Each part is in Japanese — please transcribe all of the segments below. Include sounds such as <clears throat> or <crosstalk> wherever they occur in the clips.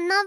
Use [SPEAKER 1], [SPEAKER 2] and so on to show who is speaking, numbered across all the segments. [SPEAKER 1] の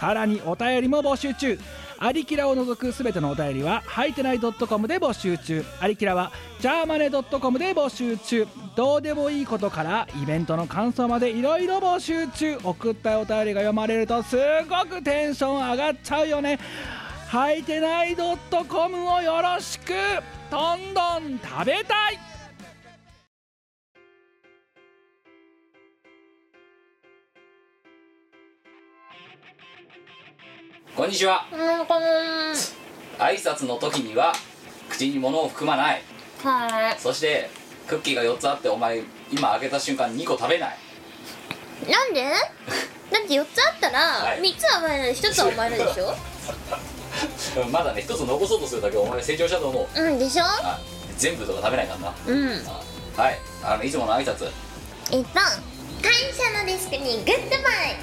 [SPEAKER 2] さらにお便りも募集中アリキラを除くすべてのお便りは、はいてない .com で募集中。アリキラは、ジャーマネ .com で募集中。どうでもいいことから、イベントの感想までいろいろ募集中。送ったお便りが読まれると、すごくテンション上がっちゃうよね。はいてない .com をよろしくどんどん食べたい
[SPEAKER 3] こんにちは
[SPEAKER 4] うんこの
[SPEAKER 3] 挨拶の時には口に物を含まない
[SPEAKER 4] はい
[SPEAKER 3] そしてクッキーが4つあってお前今開けた瞬間2個食べない <laughs>
[SPEAKER 4] な
[SPEAKER 1] <laughs>
[SPEAKER 4] んでだって4つあった
[SPEAKER 3] は
[SPEAKER 4] ら
[SPEAKER 3] い
[SPEAKER 4] 3つはお前ので1つはお前のでしょ
[SPEAKER 3] うんまだね1つ残そうとするだけお前成長したと思う
[SPEAKER 4] うんでしょ
[SPEAKER 3] あ全部とか食べないからな
[SPEAKER 4] うん
[SPEAKER 3] あはいあのいつもの挨拶
[SPEAKER 4] えっと感謝のデスクにグッドバイ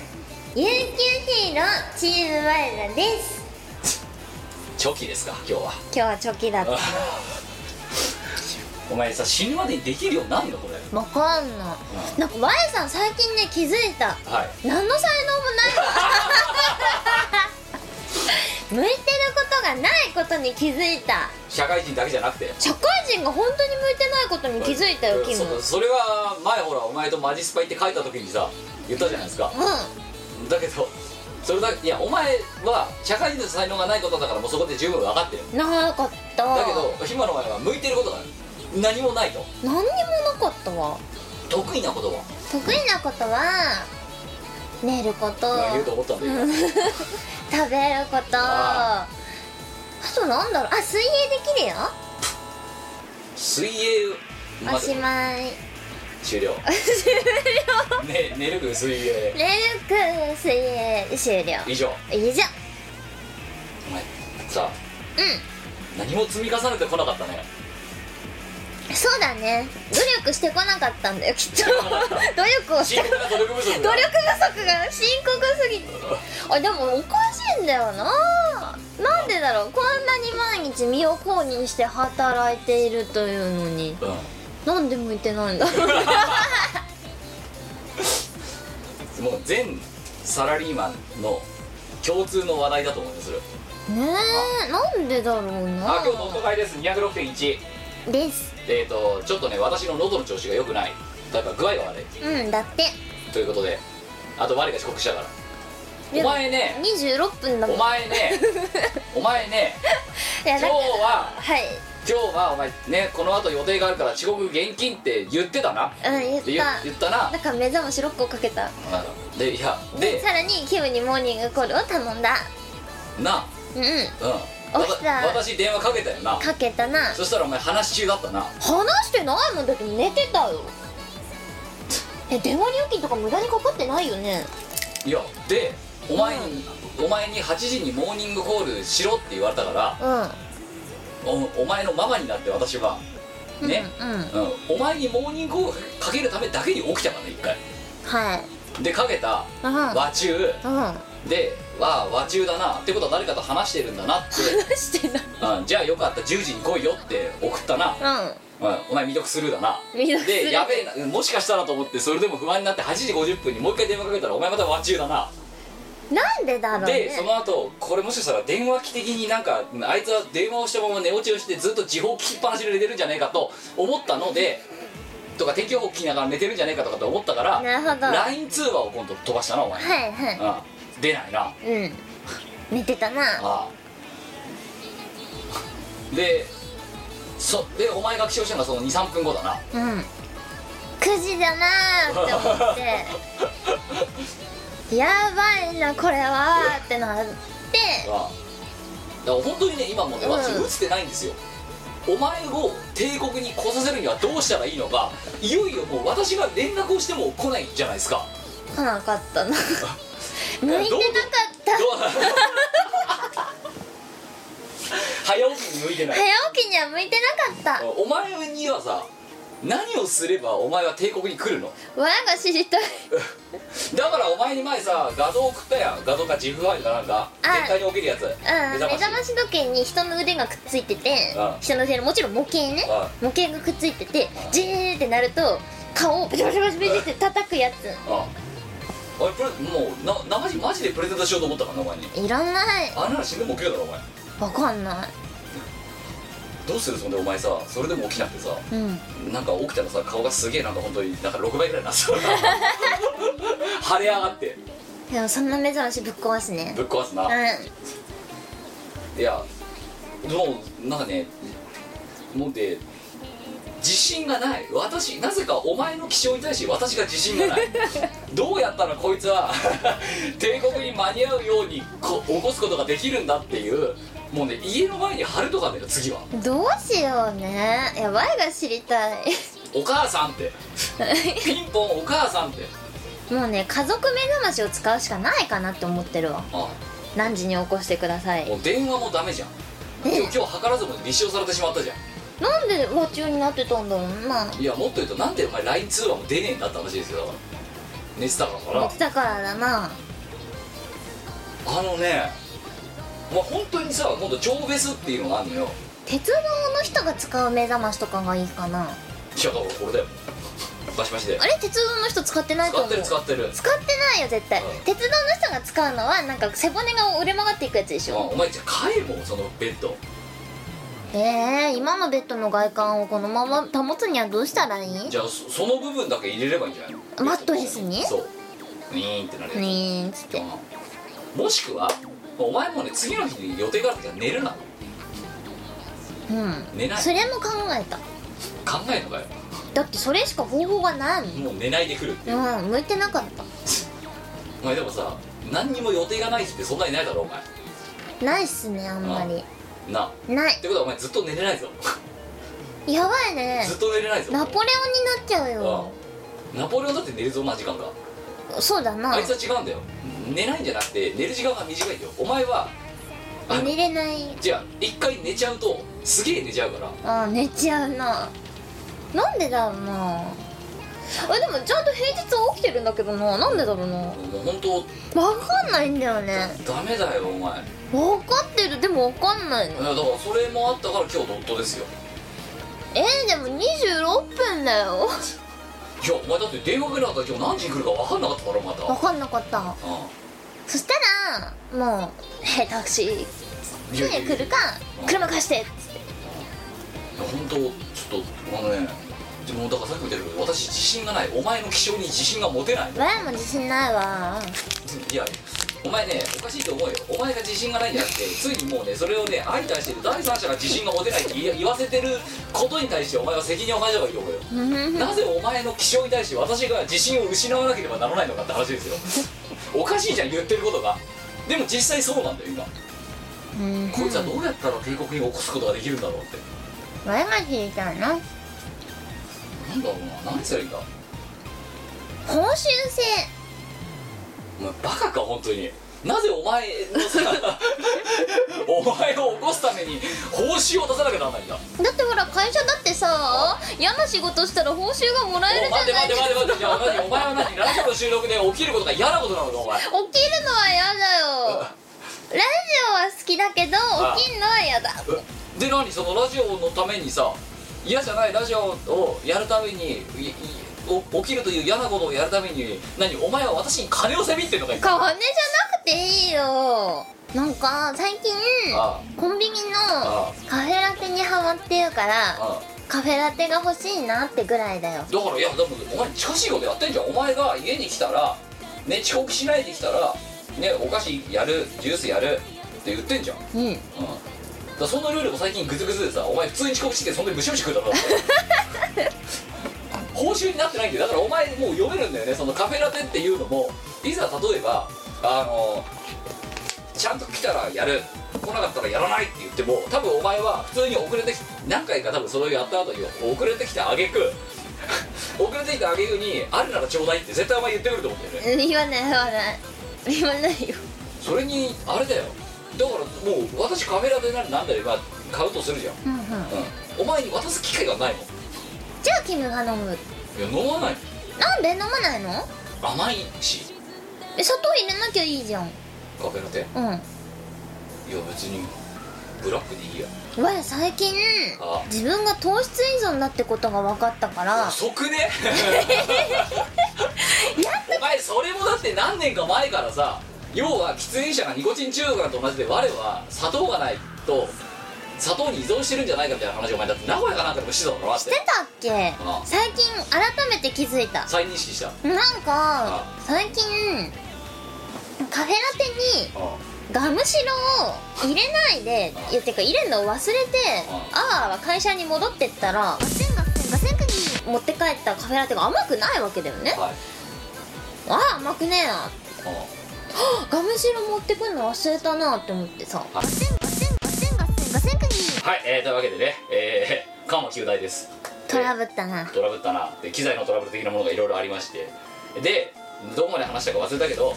[SPEAKER 4] UQT のチームワイルドです
[SPEAKER 3] チョキですか今日
[SPEAKER 4] <laughs>
[SPEAKER 3] は
[SPEAKER 4] 今日はチョキだって
[SPEAKER 3] お前さ死ぬまでにできるようになんのこれ
[SPEAKER 4] わかんな
[SPEAKER 3] う
[SPEAKER 4] いなんかワイさん最近ね気づいた
[SPEAKER 3] はい
[SPEAKER 4] 何の才
[SPEAKER 1] <laughs>
[SPEAKER 4] 能もないわ向いてることがないことに気づいた
[SPEAKER 3] 社会人だけじゃなくて
[SPEAKER 4] 社会人が本当に向いてないことに気づいたよキム
[SPEAKER 3] そうそれは前ほらお前とマジスパ行って書いた時にさ言ったじゃないですか
[SPEAKER 4] ん
[SPEAKER 3] だけどそれだいやお前は社会人の才能がないことだからもうそこで十分分かってる
[SPEAKER 4] なかった
[SPEAKER 3] だけど今の前は向いてることが何もないと
[SPEAKER 4] 何にもなかったわ
[SPEAKER 3] 得意なことは
[SPEAKER 4] 得意なことは寝ること
[SPEAKER 3] 言うと思ったんだけど、
[SPEAKER 4] 食べることあ
[SPEAKER 3] あ
[SPEAKER 4] となんだろうあ水泳できるよ
[SPEAKER 3] 水泳ま
[SPEAKER 4] おし
[SPEAKER 3] で
[SPEAKER 4] まい
[SPEAKER 3] 終了ね寝るく水泳
[SPEAKER 4] レルク水泳終了
[SPEAKER 3] 以上
[SPEAKER 4] 以上
[SPEAKER 3] お前さ
[SPEAKER 4] う
[SPEAKER 3] 何も積み重ねてこなかったね
[SPEAKER 4] んそうだね努力してこなかったんだよ
[SPEAKER 3] <laughs>
[SPEAKER 4] きっと努力をし
[SPEAKER 3] 深
[SPEAKER 4] た
[SPEAKER 3] 刻な努力不足
[SPEAKER 4] 努
[SPEAKER 3] だ <laughs>
[SPEAKER 4] 力不足が深刻すぎてあでもおかしいんだよななんでだろうこんなに毎日身を公認して働いているというのになんで向いてないんだ
[SPEAKER 3] <laughs>
[SPEAKER 4] ろう
[SPEAKER 3] うんもう全サラリーマンの共通の話題だと思うんでする
[SPEAKER 4] ねえなんでだろう
[SPEAKER 3] あ
[SPEAKER 4] な
[SPEAKER 3] 今日の都会です206.1
[SPEAKER 4] です
[SPEAKER 3] えっ、とちょっとね私の喉の調子が良くないだから具合が悪い
[SPEAKER 4] うんだって
[SPEAKER 3] ということであと我が遅刻したから
[SPEAKER 4] で
[SPEAKER 3] お
[SPEAKER 4] も
[SPEAKER 3] 前ね
[SPEAKER 4] 26分だもん
[SPEAKER 3] お
[SPEAKER 4] <laughs>
[SPEAKER 3] 前ねお前ね
[SPEAKER 4] いや
[SPEAKER 3] 今日
[SPEAKER 4] だから
[SPEAKER 3] は
[SPEAKER 4] はい
[SPEAKER 3] 今日はお前ねこの後予定があるから遅刻厳禁って言ってたな
[SPEAKER 4] うん
[SPEAKER 3] で
[SPEAKER 4] 言
[SPEAKER 3] 言
[SPEAKER 4] った
[SPEAKER 3] 言ったな
[SPEAKER 4] だから目覚まし6個かけた
[SPEAKER 3] うんでいや
[SPEAKER 4] で
[SPEAKER 3] で
[SPEAKER 4] さらにキムにモーニングコールを頼んだ
[SPEAKER 3] な
[SPEAKER 4] うん
[SPEAKER 3] うんわ
[SPEAKER 4] 起きた
[SPEAKER 3] 私電話かけたよな
[SPEAKER 4] かけたな
[SPEAKER 3] そしたらお前話し中だったな
[SPEAKER 4] 話してないもんだって寝てた <laughs> よえ電話料金とか無駄にかかってないよね
[SPEAKER 3] いやでお前に、お前に8時にモーニングコールしろって言われたから
[SPEAKER 4] うん
[SPEAKER 3] おお前のママになって私はね、
[SPEAKER 4] うん、うん、
[SPEAKER 3] うん、お前にモーニングコールかけるためだけに起きたからね一回
[SPEAKER 4] はい
[SPEAKER 3] でかけた
[SPEAKER 4] うん
[SPEAKER 3] 和中
[SPEAKER 4] うん
[SPEAKER 3] でわあ和中だなってことは誰かと話してるんだなって、
[SPEAKER 4] <laughs> してない
[SPEAKER 3] うん、じゃあよかった10時に来いよって送ったな、
[SPEAKER 4] う
[SPEAKER 3] うん、お前未読スルーだな
[SPEAKER 4] うん未読スルー
[SPEAKER 3] でやべえなもしかしたらと思ってそれでも不安になって8時50分にもう一回電話かけたらお前また和中だな、
[SPEAKER 4] んなんでだろうね
[SPEAKER 3] でその後これもしかしたら電話機的になんかあいつは電話をしたまま寝落ちをしてずっと時報聞きっぱなしで寝てるんじゃねえかと思ったのでとか天気予報聞きながら寝てるんじゃねえかとかと思ったから
[SPEAKER 4] なるほどは
[SPEAKER 3] LINE 通話を今度飛ばしたなお前、
[SPEAKER 4] いはい
[SPEAKER 3] うん、出ないな
[SPEAKER 4] うん寝てたな
[SPEAKER 3] ああでそでお前が起床したのがその23分後だな
[SPEAKER 4] うん9時だなーって思って
[SPEAKER 3] <laughs>
[SPEAKER 4] やばいなこれはーってなって
[SPEAKER 3] ああだから本当にね今もね私
[SPEAKER 4] うん
[SPEAKER 3] 打つてないんですよ、お前を帝国に来させるにはどうしたらいいのかいよいよもう私が連絡をして <laughs> も来ないじゃないですか
[SPEAKER 4] 来なかったな向いてなかっ
[SPEAKER 3] どう家事に向いてない
[SPEAKER 4] 早起きには向いてなかっ
[SPEAKER 3] お前にはさ何をすればお前は帝国に来るの
[SPEAKER 4] たわが知りたい
[SPEAKER 3] だからお前に前さ画像送ったやん画像かジフファイルかなんか
[SPEAKER 4] あ
[SPEAKER 3] 絶対に起きるやつ
[SPEAKER 4] うん目
[SPEAKER 3] 目覚
[SPEAKER 4] 覚
[SPEAKER 3] まし
[SPEAKER 4] まし時計に人の腕がくっついてて
[SPEAKER 3] うん
[SPEAKER 4] 人の腕のもちろん模型ね
[SPEAKER 3] あ
[SPEAKER 4] 模型がくっついてて
[SPEAKER 3] うん
[SPEAKER 4] ジーってなると顔をビチャビチャビチャビチャって叩くや
[SPEAKER 3] あ俺プレもうなマジマジでプレゼントしようと思ったからなお前に
[SPEAKER 4] ついらない
[SPEAKER 3] あんなの死んでも起きるだろお前
[SPEAKER 4] わかんない
[SPEAKER 3] どうするそんでお前さそれでも起きなくてさ
[SPEAKER 4] うん
[SPEAKER 3] なんか起きたらさ顔がすげえなんか本当になんか6倍ぐらいになってた腫れ上がって
[SPEAKER 4] でもそんな目覚ましぶっ壊すね
[SPEAKER 3] ぶっ壊す
[SPEAKER 4] う
[SPEAKER 3] な、
[SPEAKER 4] ん
[SPEAKER 3] いやもうなんかねもうで自信がない私なぜかお前の気象に対して私が自信がないどうやったらこいつは帝国に間に合うようにこ起こすことができるんだっていうもうね家の前に貼るとかだよ次は
[SPEAKER 4] どうしようねいやわが知りた <laughs> い
[SPEAKER 3] お母さんってピンポンお母さんって
[SPEAKER 4] もうね家族目覚ましを使うしかないかなって思ってるわ
[SPEAKER 3] あ
[SPEAKER 4] 何時に起こしてください
[SPEAKER 3] もう電話もダメじゃん
[SPEAKER 4] え
[SPEAKER 3] 今日今日計らずも立証されてしまったじゃん
[SPEAKER 4] なんで和中になってたんだろうない
[SPEAKER 3] やもっと言うとなんでお前 LINE 通話も出ねえんだって話ですよだから寝てたからから
[SPEAKER 4] 寝てたからだな
[SPEAKER 3] あのねまあ本当にさ今度超ベスっていうのがあるのよ
[SPEAKER 4] 鉄道の人が使う目覚ましとかがいいかない
[SPEAKER 3] やだからこれだよバシバシで
[SPEAKER 4] あれ鉄道の人使ってないと
[SPEAKER 3] 使
[SPEAKER 4] 思
[SPEAKER 3] っ
[SPEAKER 4] う
[SPEAKER 3] てる使ってる、
[SPEAKER 4] 使ってないよ絶対
[SPEAKER 3] うん
[SPEAKER 4] 鉄道の人が使うのはなんか背骨が折れ曲がっていくやつでし
[SPEAKER 3] まあ
[SPEAKER 4] ょ
[SPEAKER 3] お前じゃあ帰るもんそのベッド
[SPEAKER 4] ええ今のベッドの外観をこのまま保つにはどうしたらいい
[SPEAKER 3] じゃあそその部分だけ入れればいいんじゃないの
[SPEAKER 4] マットレスに
[SPEAKER 3] そうウィーンってなるやつ
[SPEAKER 4] ねーっつって
[SPEAKER 3] うんもしくはお前もね次の日に予定がある時は寝るな
[SPEAKER 4] うん
[SPEAKER 3] 寝ない
[SPEAKER 4] それも考えた
[SPEAKER 3] 考えんのかよ
[SPEAKER 4] だってそれしか方法がない
[SPEAKER 3] もう寝ないでくるっていう、
[SPEAKER 4] もんうん向いてなかっ
[SPEAKER 3] お前でもさ何にも予定がない日ってそんなにないだろお前
[SPEAKER 4] たないっすねあんまり
[SPEAKER 3] なあっ
[SPEAKER 4] ない
[SPEAKER 3] てことはお前ずっと寝れないぞ
[SPEAKER 4] やばいね
[SPEAKER 3] ずっと寝れないぞ
[SPEAKER 4] ナポレオになっちゃうよ
[SPEAKER 3] うんナポレオンだって寝るぞな時間が
[SPEAKER 4] そうだな
[SPEAKER 3] あいつは違うんだよ寝ないんじゃなくて寝る時間が短いんだよお前はあの
[SPEAKER 4] 寝れない
[SPEAKER 3] じゃあ一回寝ちゃうとすげえ寝ちゃうから
[SPEAKER 4] あ寝ちゃうななんでだろうなあでもちゃんと平日は起きてるんだけどななんでだろうな
[SPEAKER 3] もう本当
[SPEAKER 4] わかんないんだよね
[SPEAKER 3] ダメだよお前いや
[SPEAKER 4] わかってるでもわかんないの
[SPEAKER 3] だからそれもあったから今日ドットですよ
[SPEAKER 4] えー、でも26分だよ
[SPEAKER 3] いやお前だって電話かけなかったら今日何時に来るか分かんなかったからまた
[SPEAKER 4] わかんなかった
[SPEAKER 3] う
[SPEAKER 4] そしたらもう「へタクシー
[SPEAKER 3] んいやいや
[SPEAKER 4] 来
[SPEAKER 3] いや
[SPEAKER 4] るか車貸して」っつって
[SPEAKER 3] 本当ちょっとあのねでもだからさっきも言ったけど私自信がないお前の気性に自信が持てない
[SPEAKER 4] わやも自信ないわ
[SPEAKER 3] いやお前ねおかしいと思うよお前が自信がないんじゃなくてついにもうねそれをね相対してる第三者が自信が持てないって言い言わせてることに対してお前は責任を感じた方がいいと思うよ
[SPEAKER 4] うんうん
[SPEAKER 3] なぜお前の気性に対して私が自信を失わなければならないのかって話ですよおかしいじゃん言ってることがでも実際そうなんだよ今
[SPEAKER 4] うん
[SPEAKER 3] こいつはどうやったら帝国に起こすことができるんだろうって
[SPEAKER 4] わやが知りたいな
[SPEAKER 3] なんだろうな何すればいいんだ
[SPEAKER 4] 報酬制
[SPEAKER 3] お前バカか本当になぜお前のさお前を起こすために報酬を出さなきゃならないんだ
[SPEAKER 4] だってほら会社だってさ嫌な仕事したら報酬がもらえるじ
[SPEAKER 3] 待
[SPEAKER 4] ゃ
[SPEAKER 3] て
[SPEAKER 4] な
[SPEAKER 3] 待
[SPEAKER 4] い
[SPEAKER 3] て
[SPEAKER 4] ですか
[SPEAKER 3] 待て待てじゃあ何お前は何ラジオの収録で起きることが嫌なことなのかお前
[SPEAKER 4] 起きるのは嫌だよラジオは好きだけど
[SPEAKER 3] あ
[SPEAKER 4] 起きんのは嫌だ
[SPEAKER 3] で何そのラジオのためにさ嫌じゃないラジオをやるためにいいお起きるという嫌なことをやるために何お前は私に金をせびってんのか今
[SPEAKER 4] 金じゃなくていいよなんか最近
[SPEAKER 3] あ
[SPEAKER 4] コンビニの
[SPEAKER 3] あ
[SPEAKER 4] カフェラテにハマってるから
[SPEAKER 3] ああ
[SPEAKER 4] カフェラテが欲しいなってぐらいだよ
[SPEAKER 3] だからいやでもお前に近しいことやってんじゃんお前が家に来たらね遅刻しないで来たらねお菓子やるジュースやるって言ってんじゃんうん
[SPEAKER 4] うん
[SPEAKER 3] だからそのルールも最近グズグズでさお前普通に遅刻してきてそんなにムシムシ食うだろ <laughs> 報酬になってないんだよだからお前もう読めるんだよねそのカフェラテっていうのもいざ例えばあのちゃんと来たらやる来なかったらやらないって言っても多分お前は普通に遅れてき何回か多分それをやった後に遅れてきた挙句 <laughs> 遅れてきた挙句にあるならちょうだいって絶対お前言ってくると思うんだよね
[SPEAKER 4] 言わない言わない言わないよ
[SPEAKER 3] それにあれだよだからもう私カメラでななんだりまあ買うとするじゃん、
[SPEAKER 4] うんうん
[SPEAKER 3] うん、お前に渡す機会がないもん
[SPEAKER 4] じゃあキムが飲む
[SPEAKER 3] いや飲まない
[SPEAKER 4] なんで飲まないの
[SPEAKER 3] 甘いし
[SPEAKER 4] え砂糖入れなきゃいいじゃん
[SPEAKER 3] カフェラテいや
[SPEAKER 4] うん
[SPEAKER 3] 別にブラックでいいや
[SPEAKER 4] わや最近
[SPEAKER 3] あ
[SPEAKER 4] 自分が糖質依存だってことが分かったから
[SPEAKER 3] 遅くねお前それもだって何年か前からさ要は喫煙者がニコチン中毒なんと同じで我は砂糖がないと砂糖に依存してるんじゃないかみたいな話をお前だって名古屋かなんかでもしてたのかなって
[SPEAKER 4] 出たっけ
[SPEAKER 3] あ
[SPEAKER 4] 最近改めて気づいた
[SPEAKER 3] 再認識したうん
[SPEAKER 4] なんか
[SPEAKER 3] あ
[SPEAKER 4] 最近カフェラテにガムシロを入れないでいやてか入れるのを忘れてあわあわ会社に戻ってったら
[SPEAKER 1] ガセンガセンガセンクニー
[SPEAKER 4] 持って帰ったカフェラテが甘くないわけだよね
[SPEAKER 3] はい
[SPEAKER 4] ああ甘くねえな
[SPEAKER 3] う
[SPEAKER 4] ガムシロ持ってくるの忘れたなって思ってさ
[SPEAKER 3] んはい
[SPEAKER 1] ガセンガセンガセンガセンガセンクニー
[SPEAKER 3] はい、えー、というわけでね、えー、緩和9大です
[SPEAKER 4] トラブったな
[SPEAKER 3] トラブったなで機材のトラブル的なものがいろいろありましてでどこまで話したか忘れたけど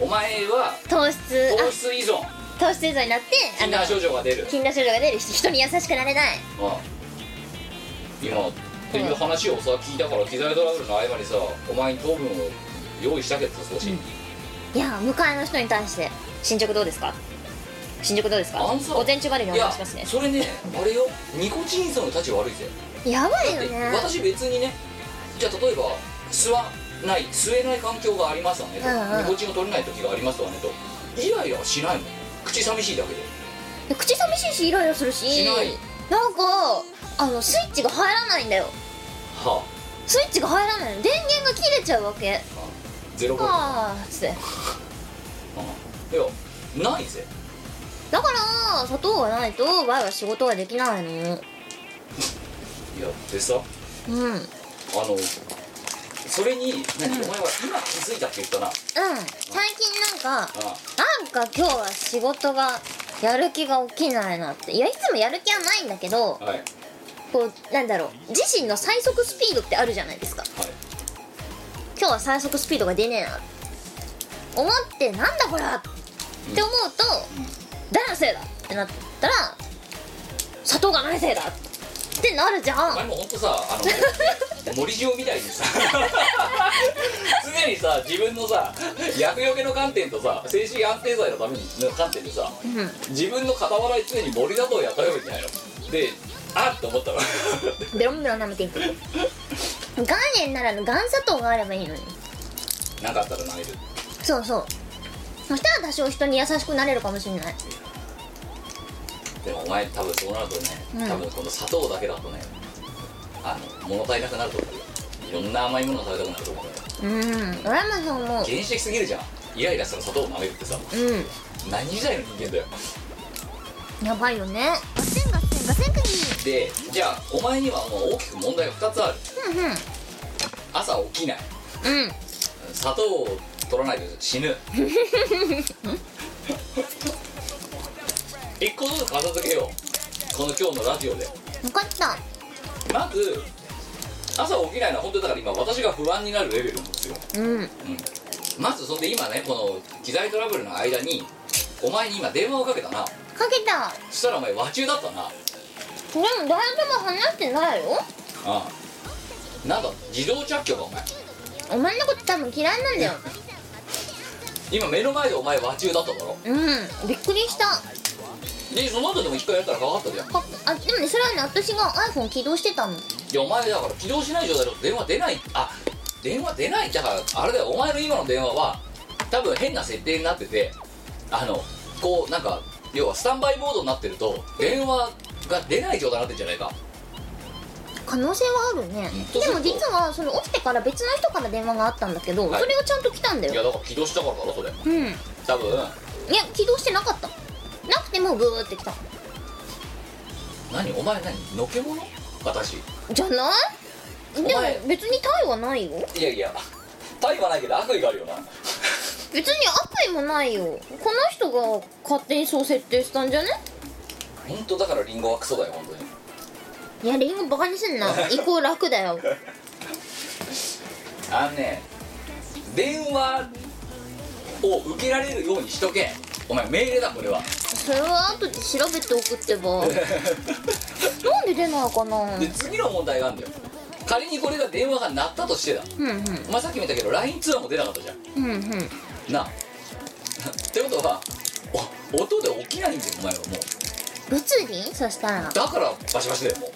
[SPEAKER 3] お前は
[SPEAKER 4] 糖質
[SPEAKER 3] 糖質依存
[SPEAKER 4] あ糖質依存になって
[SPEAKER 3] 禁断症状が出る、
[SPEAKER 4] 禁断症状が出る人に優しくなれない
[SPEAKER 3] うん、今っていう話をさ聞いたから機材トラブルの合間にさお前に糖分を用意したけどさ少し、
[SPEAKER 4] いや向かいの人に対して進捗どうですか進捗どうですか
[SPEAKER 3] あんそう
[SPEAKER 4] 午前中までにお
[SPEAKER 3] いや
[SPEAKER 4] 話しますね
[SPEAKER 3] それねあれよニコチン依存の立ち悪いぜ
[SPEAKER 4] やばい
[SPEAKER 3] だ
[SPEAKER 4] よ
[SPEAKER 3] って
[SPEAKER 4] ね
[SPEAKER 3] 私別にねじゃあ例えば吸わない吸えない環境がありますわねと、
[SPEAKER 4] うんうん
[SPEAKER 3] ニコチンを取れない時がありますわねとイライラはしないもん口寂しいだけで
[SPEAKER 4] 口寂しいしイライラするし
[SPEAKER 3] しない
[SPEAKER 4] なんかあのスイッチが入らないんだよ
[SPEAKER 3] は
[SPEAKER 4] スイッチが入らないの電源が切れちゃうわけ
[SPEAKER 3] ああゼロコン
[SPEAKER 4] ああつって
[SPEAKER 3] いやないぜ
[SPEAKER 4] だから砂糖がないとワイは仕事ができないの
[SPEAKER 3] いやでさ
[SPEAKER 4] うんうん
[SPEAKER 3] あのそれに何、お前は今気づいたって言ったな
[SPEAKER 4] 最近なんか
[SPEAKER 3] あ
[SPEAKER 4] なんか今日は仕事がやる気が起きないなっていやいつもやる気はないんだけど
[SPEAKER 3] あはいはい
[SPEAKER 4] こうなんだろう自身の最速スピードってあるじゃないですか今日は最速スピードが出ねえな思ってなんだこれはって思うと誰のせいだってなったら砂糖がないせいだってなるじゃ
[SPEAKER 3] お前
[SPEAKER 4] ん
[SPEAKER 3] も本当さ
[SPEAKER 4] <laughs>
[SPEAKER 3] あの森塩みたいにさ常にさ自分のさ厄除けの観点とさ精神安定剤のためにの観点でさ
[SPEAKER 4] うん
[SPEAKER 3] 自分の傍らに常に森だとを雇えばいいんじゃないのであっと思ったわ
[SPEAKER 4] ベロンベロン舐めていく岩塩ならぬ岩砂糖があればいいのに
[SPEAKER 3] <laughs> なかったら投げる
[SPEAKER 4] そうそうそしたら多少人に優しくなれるかもしれない
[SPEAKER 3] でもお前多分そうなるとね、
[SPEAKER 4] うん
[SPEAKER 3] 多分この砂糖だけだとねあの物足りなくなると思うよいろんな甘いものが食べたくなると思うよ
[SPEAKER 4] うん俺もそう思う
[SPEAKER 3] 原始的すぎるじゃんイライラしたら砂糖を舐めるってさ
[SPEAKER 4] う
[SPEAKER 3] 何時代の人間だよ
[SPEAKER 4] んやばいよね
[SPEAKER 1] ガセンガセンガセンクニー
[SPEAKER 3] でじゃあお前にはもう大きく問題が2つある
[SPEAKER 4] うんうん
[SPEAKER 3] 朝起きない
[SPEAKER 4] うん
[SPEAKER 3] 砂糖を取らないと死ぬ一個ずつ片付けようこの今日のラジオで
[SPEAKER 4] 分かった
[SPEAKER 3] まず朝起きないのは本当にだから今私が不安になるレベルなんですよ
[SPEAKER 4] うん
[SPEAKER 3] まずそんで今ねこの機材トラブルの間にお前に今電話をかけたな
[SPEAKER 4] かけた
[SPEAKER 3] そしたらお前和中だったな
[SPEAKER 4] でも誰とも話してないよ
[SPEAKER 3] ああなんだ自動着去かお前
[SPEAKER 4] お前のこと多分嫌いなんだよ
[SPEAKER 3] 今目の前でお前和中だっただろ
[SPEAKER 4] うんびっくりした
[SPEAKER 3] でその後でも一回やったらかかったじゃん
[SPEAKER 4] かあでもねそれはね私が iPhone 起動してたの
[SPEAKER 3] いやお前だから起動しない状態だと電話出ないあ電話出ないだからあれだよお前の今の電話は多分変な設定になっててあのこうなんか要はスタンバイモードになってると電話が出ない状態になってんじゃないか
[SPEAKER 4] 可能性はあるね
[SPEAKER 3] うん
[SPEAKER 4] でも実はその起きてから別の人から電話があったんだけど、
[SPEAKER 3] はい
[SPEAKER 4] それがちゃんと来たんだ
[SPEAKER 3] いや
[SPEAKER 4] よ
[SPEAKER 3] だから起動したからだろそれ
[SPEAKER 4] うんいや
[SPEAKER 3] 多分
[SPEAKER 4] 起動してなかったなくてもブーって来た
[SPEAKER 3] 何お前何のけ者私
[SPEAKER 4] じゃないで
[SPEAKER 3] お前
[SPEAKER 4] も別にタイはないよ
[SPEAKER 3] いやいやタイはないけど悪意があるよな
[SPEAKER 4] 別に悪意もないよこの人が勝手にそう設定したんじゃね
[SPEAKER 3] 本当だからリンゴはクソだよ本当に
[SPEAKER 4] いやリンゴバカにす <laughs> んな移行楽だよ
[SPEAKER 3] あのね電話を受けられるようにしとけお前命令だこれは
[SPEAKER 4] それは後で調べて送って <laughs> ばなんで出ないかな
[SPEAKER 3] で次の問題があるんだよ仮にこれが電話が鳴ったとしてだ
[SPEAKER 4] うんうん
[SPEAKER 3] お前さっきも言ったけど LINE 通話も出なかったじゃん
[SPEAKER 4] うんうん
[SPEAKER 3] なあってことはお音で起きないんだよお前はもう
[SPEAKER 4] 物理そしたら
[SPEAKER 3] だからバシバシだよもう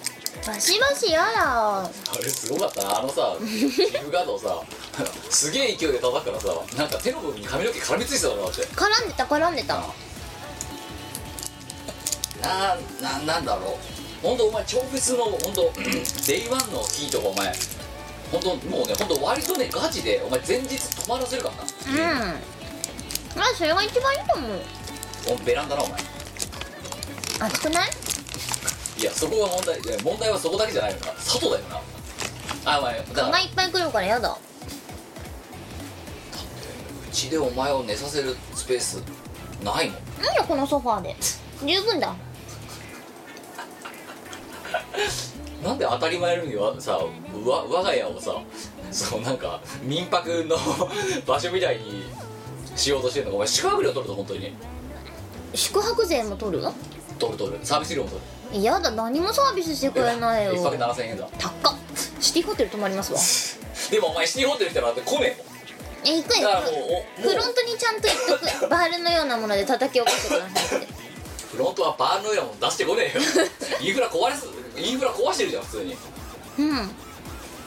[SPEAKER 4] バシバシやだ
[SPEAKER 3] あれすごかったなあのさ皮膚画像さすげえ勢いで叩くからさなんか手の部分に髪の毛絡みついてたのだって
[SPEAKER 4] 絡んでた絡んでた
[SPEAKER 3] なななんだろう本当お前超フェスの本 <clears throat> 当デイワンの日とかお前本当もうね本当割とねガチでお前前日泊まらせるから
[SPEAKER 4] うん
[SPEAKER 3] な、
[SPEAKER 4] あそれが一番いいと思う
[SPEAKER 3] おベランダなお前
[SPEAKER 4] 熱くない
[SPEAKER 3] いやそこが問題で問題はそこだけじゃないのか外だよなあお前だから
[SPEAKER 4] 蚊がいっぱい来るからやだ
[SPEAKER 3] うちでお前を寝させるスペースないもん
[SPEAKER 4] なんでこのソファーで十分だ
[SPEAKER 3] なんで当たり前のようにわさわ我が家をさそうなんか民泊の場所みたいにしようとしてるのかお前宿泊料取ると本当に
[SPEAKER 4] 宿泊税も取る
[SPEAKER 3] 取る取るサービス料も取る
[SPEAKER 4] やだ何もサービスしてくれないよ
[SPEAKER 3] 1泊7000円だ
[SPEAKER 4] 高っシティホテル泊まりますわ
[SPEAKER 3] でもお前シティホテル来たらだって来ね
[SPEAKER 4] え行く
[SPEAKER 3] え
[SPEAKER 4] よ
[SPEAKER 3] もんだからもうおもう
[SPEAKER 4] フロントにちゃんと言っとくバールのようなもので叩き起こしてくださいって
[SPEAKER 3] フロントはバーンのようなもん出してこ
[SPEAKER 4] <laughs>
[SPEAKER 3] ねえよインフラ壊れすインフラ壊してるじゃん普通に
[SPEAKER 4] うん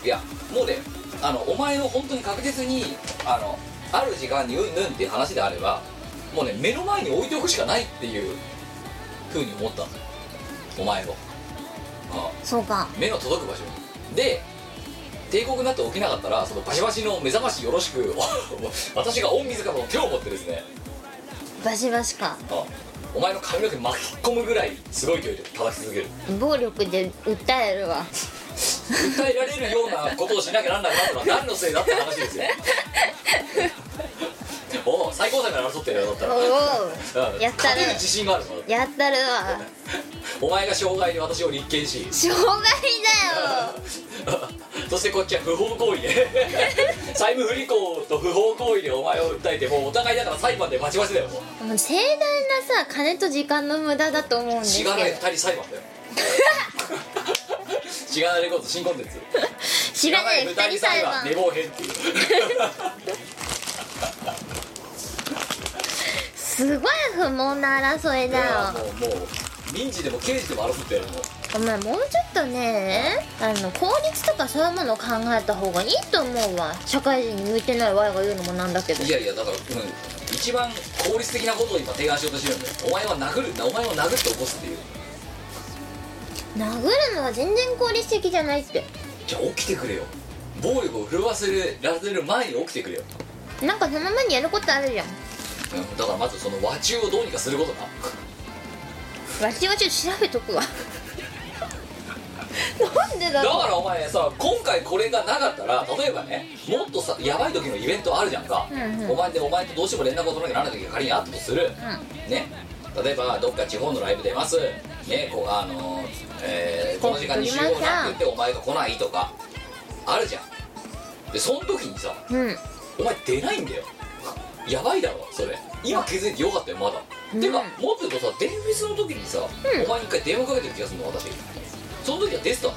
[SPEAKER 3] いやもうねあのお前を本当に確実にあのある時間にうんぬんっていう話であればもうね目の前に置いておくしかないっていうふうに思ったのお前を、う
[SPEAKER 4] そうか
[SPEAKER 3] ん、目の届く場所にで帝国になって起きなかったらそのバシバシの目覚ましよろしく <laughs> 私が大自らの手を持ってですね、
[SPEAKER 4] バシバシか
[SPEAKER 3] うん、お前の髪の毛巻き込むぐらいすごい勢いで叩き続ける
[SPEAKER 4] 暴力で訴えるわ
[SPEAKER 3] 訴えられるようなことをしなきゃなんなくなったのは何のせいだって話ですよおお最高裁から争ってるよだったら
[SPEAKER 4] おお
[SPEAKER 3] うん
[SPEAKER 4] やった
[SPEAKER 3] 勝てる
[SPEAKER 4] る
[SPEAKER 3] 自信があるぞ
[SPEAKER 4] やったるわ
[SPEAKER 3] お前が障害で私を立件し <laughs>
[SPEAKER 4] 障害だよ
[SPEAKER 3] そしてこっちは不法行為で <laughs> 債務不履行と不法行為でお前を訴えてもうお互いだから裁判でバチバチだよもう
[SPEAKER 4] もう盛大なさ金と時間の無駄だと思うんです
[SPEAKER 3] し
[SPEAKER 4] けど
[SPEAKER 3] がない二人裁判だよ <laughs> しがないレコード新コンテンツ
[SPEAKER 4] 知らない二人裁判
[SPEAKER 3] 寝坊編っていう
[SPEAKER 4] すごい不毛な争い
[SPEAKER 3] い
[SPEAKER 4] だよ
[SPEAKER 3] やもうもう民事でも刑事でも争ってやるもう
[SPEAKER 4] お前もうちょっとねあの効率とかそういうものを考えた方がいいと思うわ社会人に向いてない我が言うのもなんだけど
[SPEAKER 3] いやいやだから、うん、一番効率的なことを今提案しようとしてるんだよお前は殴るお前を殴って起こすっていう
[SPEAKER 4] 殴るのは全然効率的じゃないって
[SPEAKER 3] じゃあ起きてくれよ暴力を震わせるられる前に起きてくれよ、
[SPEAKER 4] なんかその前にやることあるじゃん
[SPEAKER 3] うん、だからまずその和中をどうにかすることな
[SPEAKER 4] わしはちょっと調べとくわ <laughs> なんでだ
[SPEAKER 3] だ
[SPEAKER 4] ろう
[SPEAKER 3] からお前さ今回これがなかったら例えばねもっとさやばい時のイベントあるじゃんか、
[SPEAKER 4] うんうん
[SPEAKER 3] お前でお前とどうしても連絡を取らなきゃならない時が仮にあったとする、ね例えばどっか地方のライブ出ますねこうあのーえーこの時間に集合なって言ってお前が来ないとかあるじゃんでその時にさ
[SPEAKER 4] うんうん
[SPEAKER 3] お前出ないんだよやばいだろそれ今気づいてよかったよまだ、
[SPEAKER 4] うん
[SPEAKER 3] てかもっと言うとさ電フェスの時にさ、
[SPEAKER 4] ん
[SPEAKER 3] お前に一回電話かけてる気がするの私その時は出てたんだよ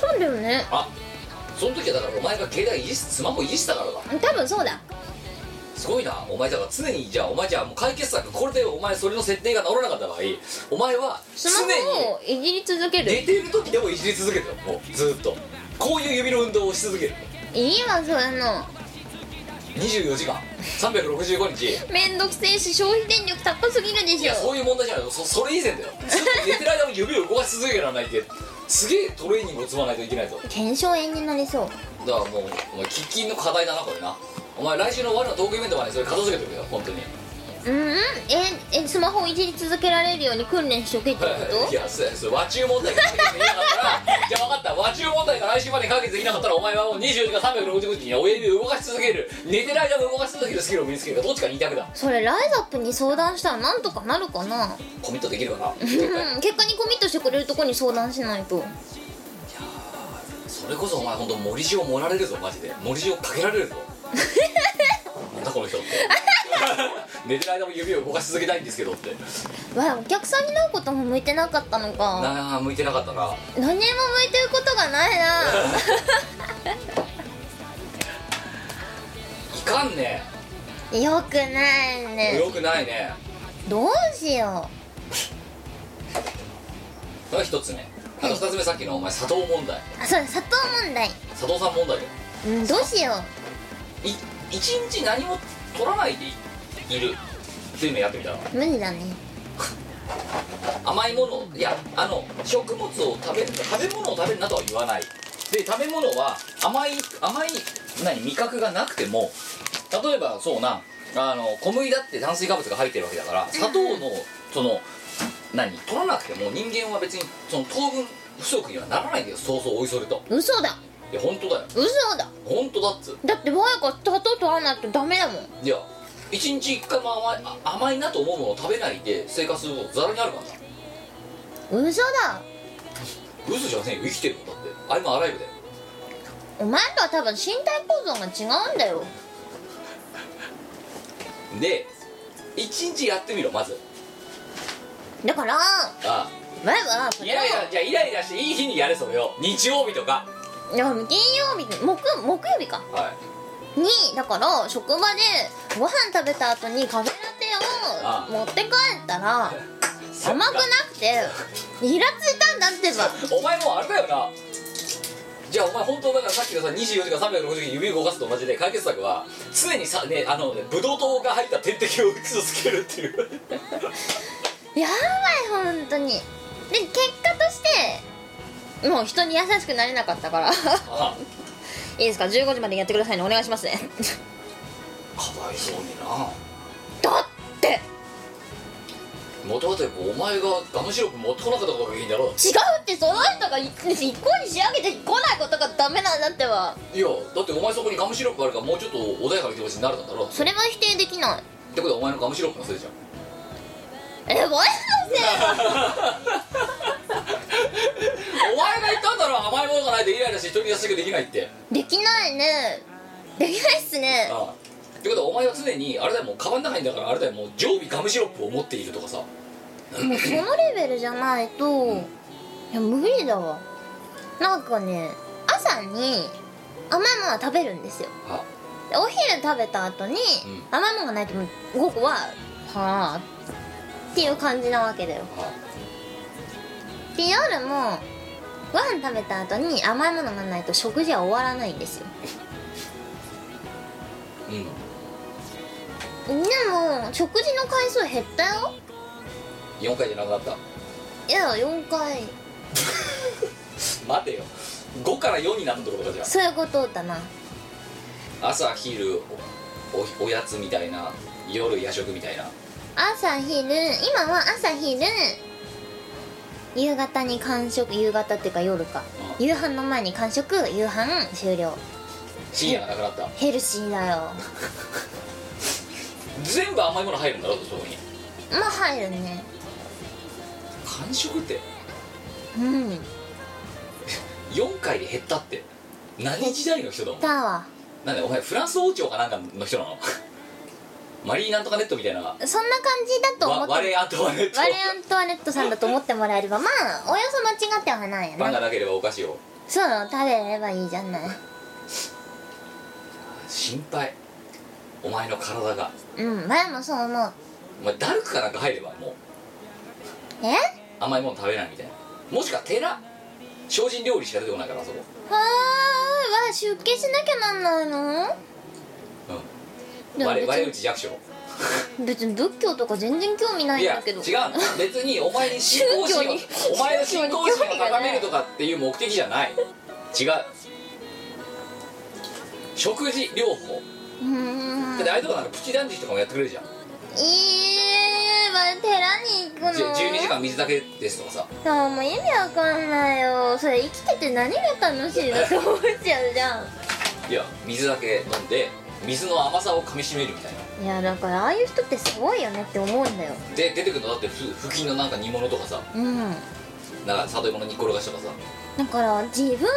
[SPEAKER 3] お前
[SPEAKER 4] そうだよね
[SPEAKER 3] あその時はだからお前が携帯いじスマホいじってたからだ
[SPEAKER 4] 多分そうだ
[SPEAKER 3] すごいなお前だから常にじゃあお前じゃあもう解決策これでお前それの設定が直らなかった場合お前は
[SPEAKER 4] ス
[SPEAKER 3] 常
[SPEAKER 4] マホ
[SPEAKER 3] に
[SPEAKER 4] をいじり続ける
[SPEAKER 3] 寝ている時でもいじり続けてるもうずっとこういう指の運動をし続ける
[SPEAKER 4] いいわそういうの
[SPEAKER 3] 24時間365日
[SPEAKER 4] めんどくせえし消費電力高すぎるで
[SPEAKER 3] い
[SPEAKER 4] し
[SPEAKER 3] やそ
[SPEAKER 4] ょ
[SPEAKER 3] ういう問題じゃないのそそれ以前だよずっと寝てる間も指を動かし続けられないってすげえトレーニングを積まないといけないと
[SPEAKER 4] 検証炎になりそう
[SPEAKER 3] だからもうお前喫緊の課題だなこれなお前来週の終わりのトークイベントまでそれ片付けてくれよ本当に
[SPEAKER 4] うんうんええスマホをいじり続けられるように訓練しとけってこ
[SPEAKER 3] いやそうやそう和中問題が解決できなかったらじゃあ分かった和中問題が来週まで解決できなかったらお前はもう24時間365日に親指を動かし続ける寝てる間も動かし続けるスキルを身につけるかどっちかに択だ
[SPEAKER 4] とそれライザップに相談したらなんとかなるかな <laughs>
[SPEAKER 3] コミットできるかな
[SPEAKER 4] うん結果にコミットしてくれるとこに相談しないと
[SPEAKER 3] それこそお前本当森塩盛られるぞマジで森塩かけられるぞなんだこの人って寝てる間も指を動かし続けたいんですけどって
[SPEAKER 4] わあお客さんになることも向いてなかったのか
[SPEAKER 3] なあ向いてなかったな
[SPEAKER 4] 何にも向いてることが
[SPEAKER 3] <laughs>
[SPEAKER 4] ないな
[SPEAKER 3] いかんね
[SPEAKER 4] よくないね
[SPEAKER 3] よくないね
[SPEAKER 4] どうしよ
[SPEAKER 3] それが一つ目あと二つ目さっきのお前佐藤問題
[SPEAKER 4] うあそうだ砂糖問題
[SPEAKER 3] 佐藤さん問題で
[SPEAKER 4] うんどうしよ
[SPEAKER 3] い一日何も取らないでいいるっていうのやってみたら
[SPEAKER 4] う無理だね
[SPEAKER 3] 甘いものいやあの食物を食べる食べ物を食べるなとは言わないで食べ物は甘い甘い何味覚がなくても例えばそうなあの小麦だって炭水化物が入ってるわけだから砂糖のその何取らなくても人間は別にその糖分不足にはならないんだよそうそうおいそれと
[SPEAKER 4] 嘘だ
[SPEAKER 3] いや本当だよ
[SPEAKER 4] 嘘だ
[SPEAKER 3] 本当だっつ
[SPEAKER 4] だって我が砂糖取らないとダメだもん
[SPEAKER 3] いや一日一回も甘いあ甘いなと思うものを食べないで生活することざらにあるからな
[SPEAKER 4] 嘘だ
[SPEAKER 3] 嘘じゃねえよ生きてるもんだってあれもアライブだよ
[SPEAKER 4] お前とは多分身体構造が違うんだよ
[SPEAKER 3] で一日やってみろまず
[SPEAKER 4] だから
[SPEAKER 3] あ
[SPEAKER 4] 前は
[SPEAKER 3] あ
[SPEAKER 4] こ
[SPEAKER 3] イ
[SPEAKER 4] れ
[SPEAKER 3] ライ
[SPEAKER 4] を
[SPEAKER 3] ラじゃあイライラしていい日にやれそれを日曜日とか
[SPEAKER 4] いや金曜日木木曜日か <laughs>
[SPEAKER 3] はい
[SPEAKER 4] にだから職場でご飯食べた後にカフェラ
[SPEAKER 3] あ
[SPEAKER 4] テを持って帰ったら甘くなくてイラついたんだってば
[SPEAKER 3] お前もうあれだよなじゃあお前本当だからさっきのさ24時間360時指動かすと同じで解決策は常にさねあのねブドウ糖が入った点滴を打つつけるっていう
[SPEAKER 4] やばい本当にで結果としてもう人に優しくなれなかったから <laughs> い
[SPEAKER 3] <laughs> あ
[SPEAKER 4] いですか15時までやってくださいねお願いしますね <laughs>
[SPEAKER 3] あかわいそうにな
[SPEAKER 4] だって
[SPEAKER 3] 元はといえばお前がガムシロップ持ってこなかったことがいいんだろ
[SPEAKER 4] 違うってその人 <laughs> が一個に仕上げてこないことがダメなんだってば
[SPEAKER 3] いやだってお前そこにガムシロップあるからもうちょっと穏やかな気持ちになれたんだろって
[SPEAKER 4] それは否定できない
[SPEAKER 3] ことはお前のガムシロップのせいじゃん <laughs>
[SPEAKER 4] えごめんなさい
[SPEAKER 3] お前が言ったんだろ甘いものがないとイライラして人に優しくできないって
[SPEAKER 4] できないねできないっすね
[SPEAKER 3] ああってことはお前は常にあれだよもうカバンの中にだからあれだよもう常備ガムシロップを持っているとかさ
[SPEAKER 4] もうそのレベルじゃないと、いや無理だわなんかね朝に甘いものは食べるんですよ
[SPEAKER 3] あ
[SPEAKER 4] でお昼食べた後に、
[SPEAKER 3] うん
[SPEAKER 4] 甘いものがないともう午後ははあっていう感じなわけだよ
[SPEAKER 3] あ
[SPEAKER 4] で夜もご飯食べた後に甘いものがないと食事は終わらないんですよ
[SPEAKER 3] うん
[SPEAKER 4] でも食事の回数減ったよ
[SPEAKER 3] 4回じゃなくなった
[SPEAKER 4] いや4回
[SPEAKER 3] 待てよ5から4になったってことかじゃ
[SPEAKER 4] そういうことだな
[SPEAKER 3] あ朝昼おおおやつみたいな夜夜食みたいな
[SPEAKER 4] 朝昼今は朝昼夕方に完食夕方っていうか夜か
[SPEAKER 3] うん
[SPEAKER 4] 夕飯の前に完食夕飯終了
[SPEAKER 3] 深夜がなくなった
[SPEAKER 4] ヘルシーだよ
[SPEAKER 3] 全部甘いもの入るんだろそこに
[SPEAKER 4] まあ入るね
[SPEAKER 3] 完食って
[SPEAKER 4] うん
[SPEAKER 3] 4回で減ったって何時代の人だもん
[SPEAKER 4] だわ
[SPEAKER 3] なんだよお前フランス王朝かなんかの人なの <laughs> マリーなんとかネットみたいな
[SPEAKER 4] そんな感じだと思
[SPEAKER 3] わ
[SPEAKER 4] ってワ
[SPEAKER 3] ワ
[SPEAKER 4] レ
[SPEAKER 3] レアントワネット
[SPEAKER 4] アントワネットさんだと思ってもらえればまあおよそ間違ってはないよ
[SPEAKER 3] バカ
[SPEAKER 4] ね
[SPEAKER 3] なければお菓子を
[SPEAKER 4] そうだよ食べればいいじゃない
[SPEAKER 3] 心配お前の体が
[SPEAKER 4] うん前もそう思う
[SPEAKER 3] お前ダルクかなんか入ればもう
[SPEAKER 4] え
[SPEAKER 3] 甘いもの食べないみたいなもしくは寺精進料理しか出てこないからあそこ
[SPEAKER 4] はーわ出家しなきゃなんないの
[SPEAKER 3] うん
[SPEAKER 4] でも
[SPEAKER 3] 我
[SPEAKER 4] 別
[SPEAKER 3] 我打
[SPEAKER 4] に
[SPEAKER 3] ち弱小
[SPEAKER 4] 別に仏教とか全然興味ない
[SPEAKER 3] い
[SPEAKER 4] んだ
[SPEAKER 3] や違
[SPEAKER 4] け
[SPEAKER 3] う
[SPEAKER 4] ど
[SPEAKER 3] の別にお前に信仰
[SPEAKER 4] 宗
[SPEAKER 3] 心
[SPEAKER 4] 教
[SPEAKER 3] を
[SPEAKER 4] に
[SPEAKER 3] お前の信仰心
[SPEAKER 4] 宗教
[SPEAKER 3] を
[SPEAKER 4] に興味が
[SPEAKER 3] 高
[SPEAKER 4] ない
[SPEAKER 3] めるとかっていう目的じゃない違う食事療法
[SPEAKER 4] うーん
[SPEAKER 3] だってああいうとこなんかプチ断食とかもやってくれるじゃん
[SPEAKER 4] いいわ寺に行くの
[SPEAKER 3] じゅ12時間水だけですとかさ
[SPEAKER 4] あーもう意味わかんないよそれ生きてて何が楽しいのって思っちゃうじゃん
[SPEAKER 3] いや水だけ飲んで水の甘さを噛みしめるみたいない
[SPEAKER 4] やだからああいう人ってすごいよねって思うんだよ
[SPEAKER 3] で出てくるのだってふ付近のなんか煮物とかさ
[SPEAKER 4] うん
[SPEAKER 3] なんか里芋の煮っころがしとかさ
[SPEAKER 4] だから自分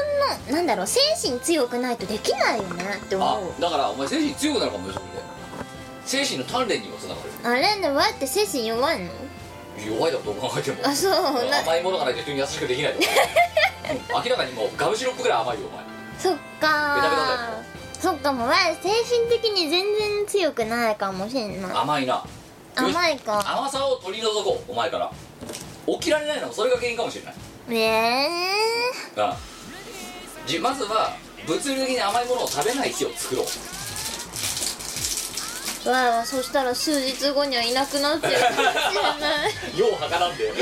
[SPEAKER 4] のなんだろう精神強くないとできないよねって
[SPEAKER 3] あ
[SPEAKER 4] 思う
[SPEAKER 3] だからお前精神強くなるかもよそれで精神の鍛錬にもつながる
[SPEAKER 4] あれねわって精神弱いの
[SPEAKER 3] 弱いだどう考えても
[SPEAKER 4] あそうな
[SPEAKER 3] 甘いものがないと人に優しくで
[SPEAKER 4] <laughs>
[SPEAKER 3] きないとかうん明らかにもうガムシロップぐらい甘いよお前
[SPEAKER 4] そっ
[SPEAKER 3] ベタベタだ
[SPEAKER 4] かそっかもうわ精神的に全然強くないかもしんない
[SPEAKER 3] 甘いな
[SPEAKER 4] 甘いか
[SPEAKER 3] 甘さを取り除こうお前から起きられないのもそれが原因かもしれない、
[SPEAKER 4] ねえ
[SPEAKER 3] うんじまずは物理的に甘いものを食べない日を作ろう
[SPEAKER 4] わあわあそしたら数日後にはいなくなってるかもしれない <laughs>
[SPEAKER 3] ようはかなんだよ <laughs>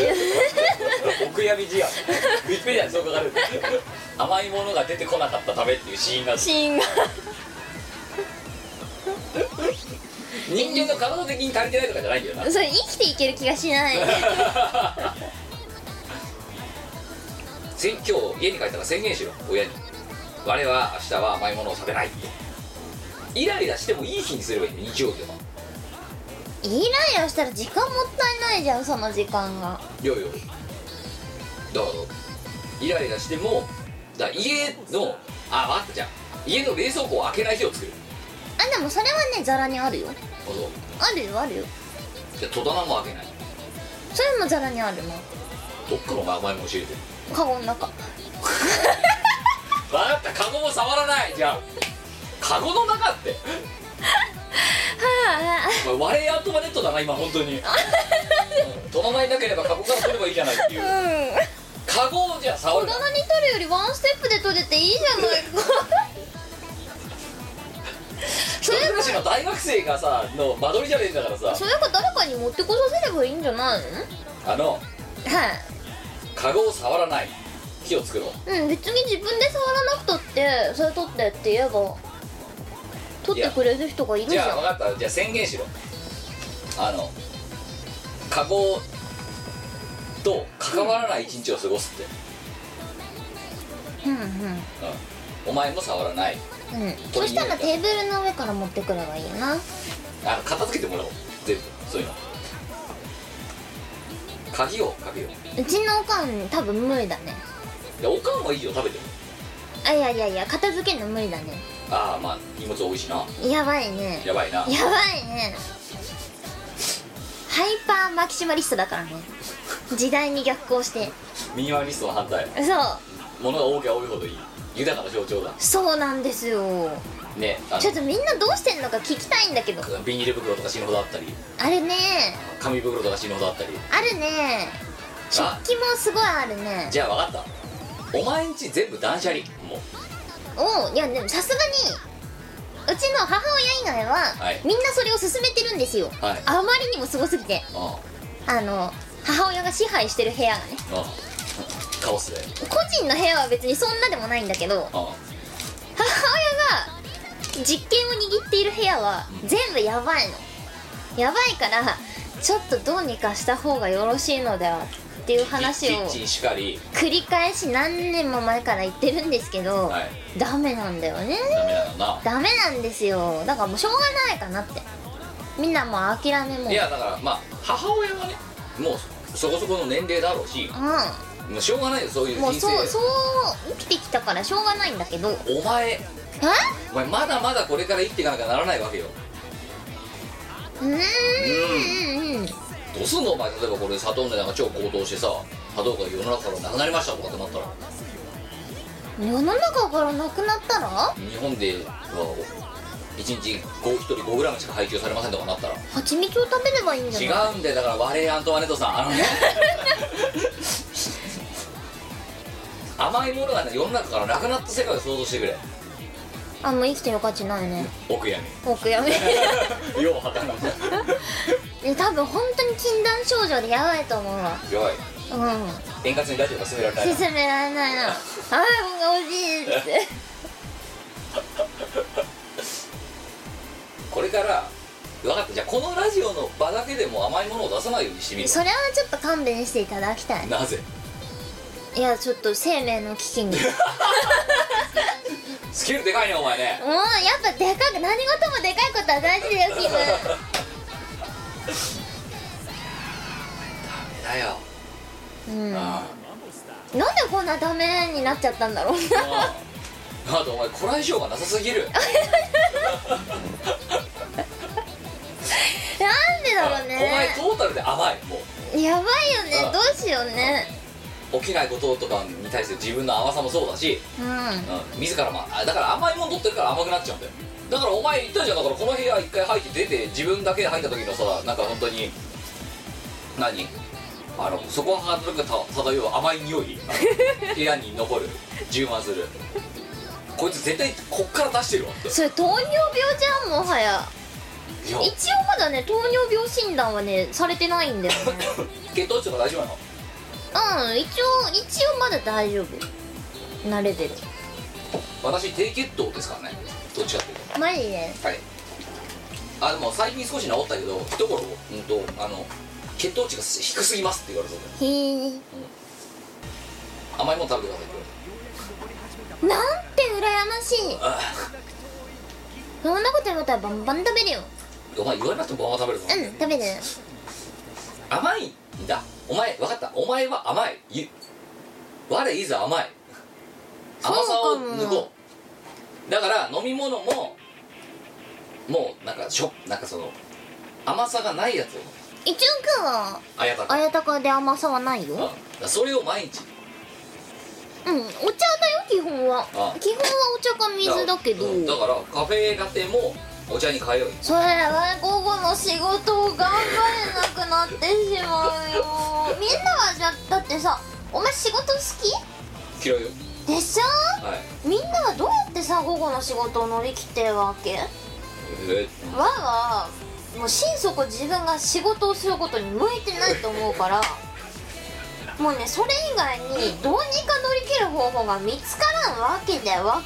[SPEAKER 3] お悔やみ事案ウィキペディアにそう書かれて
[SPEAKER 4] <laughs>
[SPEAKER 3] る甘いものが出てこなかったためっていう死因が人
[SPEAKER 4] シーンが
[SPEAKER 3] 間の体的に足りてないとかじゃないんだよな
[SPEAKER 4] それ生きていける気がしない
[SPEAKER 3] <laughs> せん今日家に帰ったら宣言しろ親に我は明日は甘いものを食べないってイライラしてもいい日にすればいいの日曜日とか
[SPEAKER 4] イライラしたら時間もったいないじゃんその時間が
[SPEAKER 3] いやいやだからイライラしてもだから家のあ分かったじゃん家の冷蔵庫を開けない日を作る
[SPEAKER 4] あでもそれはねザラにあるよ
[SPEAKER 3] あそう
[SPEAKER 4] あるよあるよ
[SPEAKER 3] じゃあ戸棚も開けない
[SPEAKER 4] それもザラにあるな
[SPEAKER 3] どっかの甘いもの教えて
[SPEAKER 4] カゴの中
[SPEAKER 3] 分かったカゴも触らないじゃあカゴの中ってお前割れアントマネットだな今
[SPEAKER 4] <laughs>
[SPEAKER 3] 本当にうん戸棚いなければカゴから取ればいいじゃないっていう
[SPEAKER 4] うん
[SPEAKER 3] カゴをじゃあ触
[SPEAKER 4] 大
[SPEAKER 3] るな
[SPEAKER 4] 人に取るよりワンステップで取れていいじ <laughs> ゃないか
[SPEAKER 3] 一
[SPEAKER 4] そ
[SPEAKER 3] 人
[SPEAKER 4] れ
[SPEAKER 3] 暮らしの大学生がさの間取りじゃねえんだからさ
[SPEAKER 4] それか誰かに持ってこさせればいいんじゃないの
[SPEAKER 3] あの
[SPEAKER 4] は
[SPEAKER 3] カゴを触らない火を作ろう
[SPEAKER 4] いうん別に自分で触らなくたってそれ取ってって言えば取ってくれる人がいる
[SPEAKER 3] じ
[SPEAKER 4] じ
[SPEAKER 3] ゃあ
[SPEAKER 4] ゃん
[SPEAKER 3] 分かったじゃあ宣言しろあのカゴと関わらない一日を過ごすって、
[SPEAKER 4] うん
[SPEAKER 3] うんお前も触らない
[SPEAKER 4] うんうんそしたらテーブルの上から持ってくればいいな
[SPEAKER 3] あの片付けてもらおう全部そういうの鍵をかけよう
[SPEAKER 4] うちのおかん多分無理だね
[SPEAKER 3] でおかんはいいよ食べても
[SPEAKER 4] あいやいやいや片付けるの無理だね
[SPEAKER 3] ああまあ荷物多いしな
[SPEAKER 4] やばいね
[SPEAKER 3] やばいな
[SPEAKER 4] やばいねハイパーマキシマリストだからね時代に逆行して
[SPEAKER 3] ミニマリストの反対
[SPEAKER 4] そう
[SPEAKER 3] 物が多ければ多いほどいい豊かな象徴だ
[SPEAKER 4] そうなんですよ
[SPEAKER 3] ねあの
[SPEAKER 4] ちょっとみんなどうしてんのか聞きたいんだけど
[SPEAKER 3] ビニール袋とか死ぬほどあったり
[SPEAKER 4] あるね
[SPEAKER 3] 紙袋とか死ぬほどあったり
[SPEAKER 4] あるね食
[SPEAKER 3] あ
[SPEAKER 4] 器もすごいあるね
[SPEAKER 3] じゃあ分かったお前んち全部断捨離もう
[SPEAKER 4] おういやでもさすがにうちの母親以外は、
[SPEAKER 3] はい
[SPEAKER 4] みんなそれを勧めてるんですよ、
[SPEAKER 3] はい
[SPEAKER 4] あまりにもすごすぎて
[SPEAKER 3] あ
[SPEAKER 4] あの母親が支配してる部屋がね
[SPEAKER 3] あああカオスだよ
[SPEAKER 4] 個人の部屋は別にそんなでもないんだけど
[SPEAKER 3] あ
[SPEAKER 4] 母親が実験を握っている部屋は全部やばいのやばいからちょっとどうにかした方がよろしいのではっていう
[SPEAKER 3] あ
[SPEAKER 4] 話
[SPEAKER 3] キ
[SPEAKER 4] を
[SPEAKER 3] ッチンしかり
[SPEAKER 4] 繰り返し何年も前から言ってるんですけど、
[SPEAKER 3] はい
[SPEAKER 4] ダメなんだよね
[SPEAKER 3] ダメなのな
[SPEAKER 4] ダメなんですよだからもうしょうがないかなってみんなもう諦めもう
[SPEAKER 3] いやだからまあ母親はねもうそこそこの年齢だろうし
[SPEAKER 4] う
[SPEAKER 3] もうしょうがないよそういうん
[SPEAKER 4] もうそ
[SPEAKER 3] 人
[SPEAKER 4] う
[SPEAKER 3] 生
[SPEAKER 4] そう生きてきたからしょうがないんだけど
[SPEAKER 3] お前
[SPEAKER 4] え
[SPEAKER 3] お前まだまだこれから生きていかなきゃならないわけよ
[SPEAKER 4] うーんうんうん
[SPEAKER 3] どうすんのお前例えばこれ砂糖値なんか超高騰してさ砂糖が世の中からなくなりましたとかってなったら
[SPEAKER 4] 世の中からなくなったら
[SPEAKER 3] 日本では1日5一人 5g しか配給されませんとかなったら
[SPEAKER 4] 蜂蜜を食べればいいんじゃない
[SPEAKER 3] 違うんでだから我々アントワネットさんあのね <laughs> 甘いものがね世の中からなくなった世界を想像してくれ
[SPEAKER 4] あもう生きてる価値ないね
[SPEAKER 3] 奥や
[SPEAKER 4] 奥や
[SPEAKER 3] <laughs>
[SPEAKER 4] め
[SPEAKER 3] みようはかんない
[SPEAKER 4] え多分本当に禁断症状でやばいと思うわ
[SPEAKER 3] 弱い
[SPEAKER 4] うん
[SPEAKER 3] 円滑にラジオが進められないな
[SPEAKER 4] 勧められない
[SPEAKER 3] <laughs>
[SPEAKER 4] なあーもう欲しいって
[SPEAKER 3] これから分かったじゃあこのラジオの場だけでも甘いものを出さないようにしてみる
[SPEAKER 4] それはちょっと勘弁していただきたい
[SPEAKER 3] なぜ
[SPEAKER 4] いやちょっと生命の危機にもうやっ
[SPEAKER 3] スキルでかいねお前ね
[SPEAKER 4] ぱでかく何事もでかいことは大事だよキム
[SPEAKER 3] だよ、
[SPEAKER 4] うんなん
[SPEAKER 3] あ
[SPEAKER 4] でこんなダメになっちゃったんだろう <laughs>
[SPEAKER 3] ああとお前こらえ性がなさすぎる
[SPEAKER 4] だろう
[SPEAKER 3] お前
[SPEAKER 4] ね
[SPEAKER 3] トータルで甘いもう
[SPEAKER 4] やばいよね
[SPEAKER 3] うん
[SPEAKER 4] どうしようね
[SPEAKER 3] 起きないこととかに対して自分の甘さもそうだし、
[SPEAKER 4] うん
[SPEAKER 3] うん、自らもあだから甘いもん取ってるから甘くなっちゃうんだよだからお前言ったじゃんだからこの部屋一回入って出て自分だけで入った時のさなんか本当に何あのそこは働くた漂う甘い匂い
[SPEAKER 4] <laughs>
[SPEAKER 3] あの部屋に残る充満するこいつ絶対こっから出してるわって
[SPEAKER 4] それ糖尿病じゃんもはや
[SPEAKER 3] いや
[SPEAKER 4] 一応まだね糖尿病診断はねされてないんだよね
[SPEAKER 3] 血糖値とか大丈夫なの
[SPEAKER 4] うん一応一応まだ大丈夫慣れてる
[SPEAKER 3] 私低血糖ですからねどっちかっていうと
[SPEAKER 4] マジで
[SPEAKER 3] はいあでも最近少し治ったけど一頃うんとあの血糖値が低すぎますって言われそうで
[SPEAKER 4] へえ
[SPEAKER 3] 甘いもの食べてくださいって
[SPEAKER 4] なんて羨ましい
[SPEAKER 3] 言われて
[SPEAKER 4] そんなこと言われたらバンバン食べるよ
[SPEAKER 3] あお前言われなくてもバンバン食べる
[SPEAKER 4] うん食べる
[SPEAKER 3] の甘いんだお前分かったお前は甘いゆ我いざ甘い甘さを抜
[SPEAKER 4] そうか
[SPEAKER 3] こうだから飲み物ももうなんかしょなんかその甘さがないやつを
[SPEAKER 4] 一応くんは
[SPEAKER 3] あやかった
[SPEAKER 4] 綾鷹で甘さはない
[SPEAKER 3] うんだ
[SPEAKER 4] よ
[SPEAKER 3] からそれを毎日
[SPEAKER 4] うんお茶だよ基本は
[SPEAKER 3] あ
[SPEAKER 4] 基本はお茶か水だけど
[SPEAKER 3] うんだからカフェラテもお茶に変えようよ
[SPEAKER 4] それは午後の仕事を頑張れなくなってしまうよみんなはじゃだってさお前仕事好
[SPEAKER 3] 嫌いよ
[SPEAKER 4] きでしょ
[SPEAKER 3] はい
[SPEAKER 4] みんなはどうやってさ午後の仕事を乗り切ってるわけ
[SPEAKER 3] え
[SPEAKER 4] わはもう心底自分が仕事をすることに向いてないと思うからもうねそれ以外にどうにか乗り切る方法が見つからんわけでわかる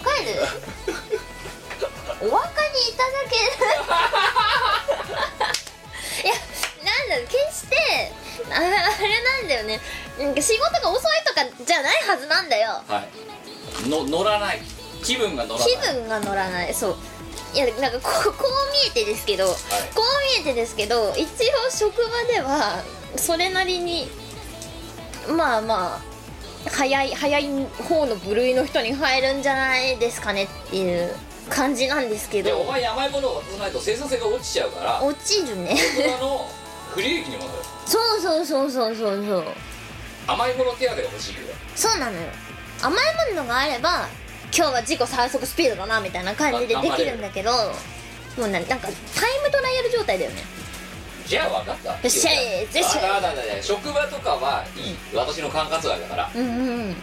[SPEAKER 4] お分かりいただけいやなんだろう決してああれなんだよねなんか仕事が遅いとかじゃないはずなんだよ
[SPEAKER 3] はいの乗らない気分が乗らない
[SPEAKER 4] 気分が乗らないそういやなんかこうこう見えてですけど、こう見えてですけど一応職場ではそれなりにまあまあ早い早い方の部類の人に入るんじゃないですかねっていう感じなんですけ
[SPEAKER 3] で
[SPEAKER 4] ど
[SPEAKER 3] お前に甘いものを渡さないと生産性が落ちちゃうから
[SPEAKER 4] 落ちるね
[SPEAKER 3] 大人の不利益にもなる
[SPEAKER 4] そうそうそうそうそうそう
[SPEAKER 3] 甘いもの手当が欲しいけど
[SPEAKER 4] そうなのよ甘いものがあれば今日は自己最速スピードだなみたいな感じでできるんだけどもうななんかタイムトライアル状態だよね
[SPEAKER 3] じゃあ分かったよ
[SPEAKER 4] っしゃいよっしゃい
[SPEAKER 3] あだだだだ職場とかはいい私の管轄外だから
[SPEAKER 4] うんうん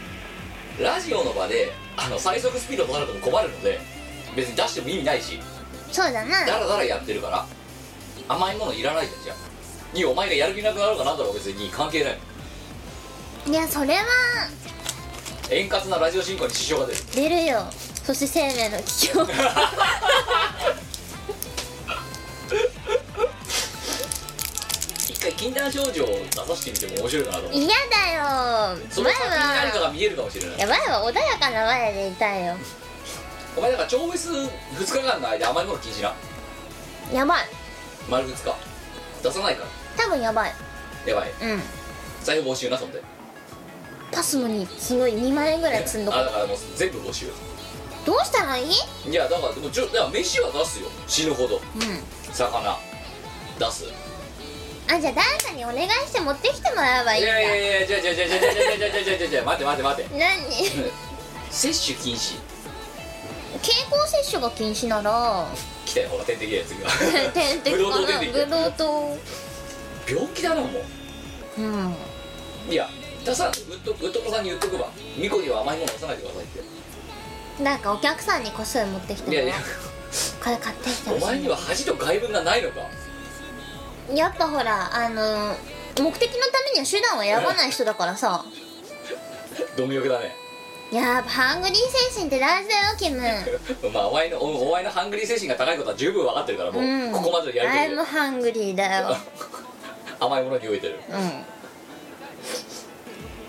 [SPEAKER 3] ラジオの場であの最速スピード出されても困るので別に出しても意味ないし
[SPEAKER 4] そうだな
[SPEAKER 3] <laughs> ダラダラやってるから甘いものいらないじゃんじゃあいいお前がやる気なくなるかなんだろう別に関係ない
[SPEAKER 4] いやそれは
[SPEAKER 3] 円滑なラジオ進行に支障が出る <laughs>
[SPEAKER 4] 出るよそして生命の危機を
[SPEAKER 3] 一回禁断症状を出させてみても面白いかなと思う
[SPEAKER 4] 嫌だよ
[SPEAKER 3] そ
[SPEAKER 4] 前
[SPEAKER 3] の先に何か
[SPEAKER 4] は
[SPEAKER 3] が見えるかもしれない
[SPEAKER 4] いや前は穏やかな前でいたいよ
[SPEAKER 3] お前だから超別2日間の間甘いもの禁止な
[SPEAKER 4] やばい
[SPEAKER 3] 丸2日出さないから
[SPEAKER 4] 多分やばい
[SPEAKER 3] やばい
[SPEAKER 4] うん
[SPEAKER 3] 財布募集なそんで
[SPEAKER 4] パスモにすごい2万円ぐらい積んどく
[SPEAKER 3] あだからもう全部募集
[SPEAKER 4] どうしたらいい
[SPEAKER 3] いやだからでもちょだから飯は出すよ死ぬほど
[SPEAKER 4] うん
[SPEAKER 3] 魚出す
[SPEAKER 4] あじゃあ誰かにお願いして持ってきてもらえばい
[SPEAKER 3] い
[SPEAKER 4] いんだ
[SPEAKER 3] やいやいやじゃあじゃあじゃあじゃあじゃあじゃあじゃあじゃあじゃあ待って待って待って
[SPEAKER 4] 何
[SPEAKER 3] 摂取禁止
[SPEAKER 4] 経口摂取が禁止な
[SPEAKER 3] <laughs>
[SPEAKER 4] ら
[SPEAKER 3] 来たよほら点滴やつが
[SPEAKER 4] 点滴
[SPEAKER 3] ブドウ糖
[SPEAKER 4] か
[SPEAKER 3] 点
[SPEAKER 4] な
[SPEAKER 3] 滴
[SPEAKER 4] ブドウ糖
[SPEAKER 3] 病気だなも
[SPEAKER 4] うん
[SPEAKER 3] ういや出さグッドグッドコさんに言っとくわミコには甘いもの出さないでくださいって
[SPEAKER 4] なんかお客さんにこっそり持ってき
[SPEAKER 3] い
[SPEAKER 4] て
[SPEAKER 3] やい
[SPEAKER 4] も
[SPEAKER 3] や
[SPEAKER 4] らうこれ買ってきて
[SPEAKER 3] お
[SPEAKER 4] ほし
[SPEAKER 3] 前には恥と外聞がないのか
[SPEAKER 4] いやっぱほらあの目的のためには手段を選ばない人だからさ
[SPEAKER 3] ドン欲だね
[SPEAKER 4] やっぱハングリー精神って大事だよキム
[SPEAKER 3] まあお前のおお前のハングリー精神が高いことは十分分かってるからもう、
[SPEAKER 4] うん
[SPEAKER 3] ここまでや
[SPEAKER 4] アイ
[SPEAKER 3] り
[SPEAKER 4] ム
[SPEAKER 3] とり
[SPEAKER 4] ハングリーだよ
[SPEAKER 3] で甘いものに飢えて
[SPEAKER 4] う
[SPEAKER 3] る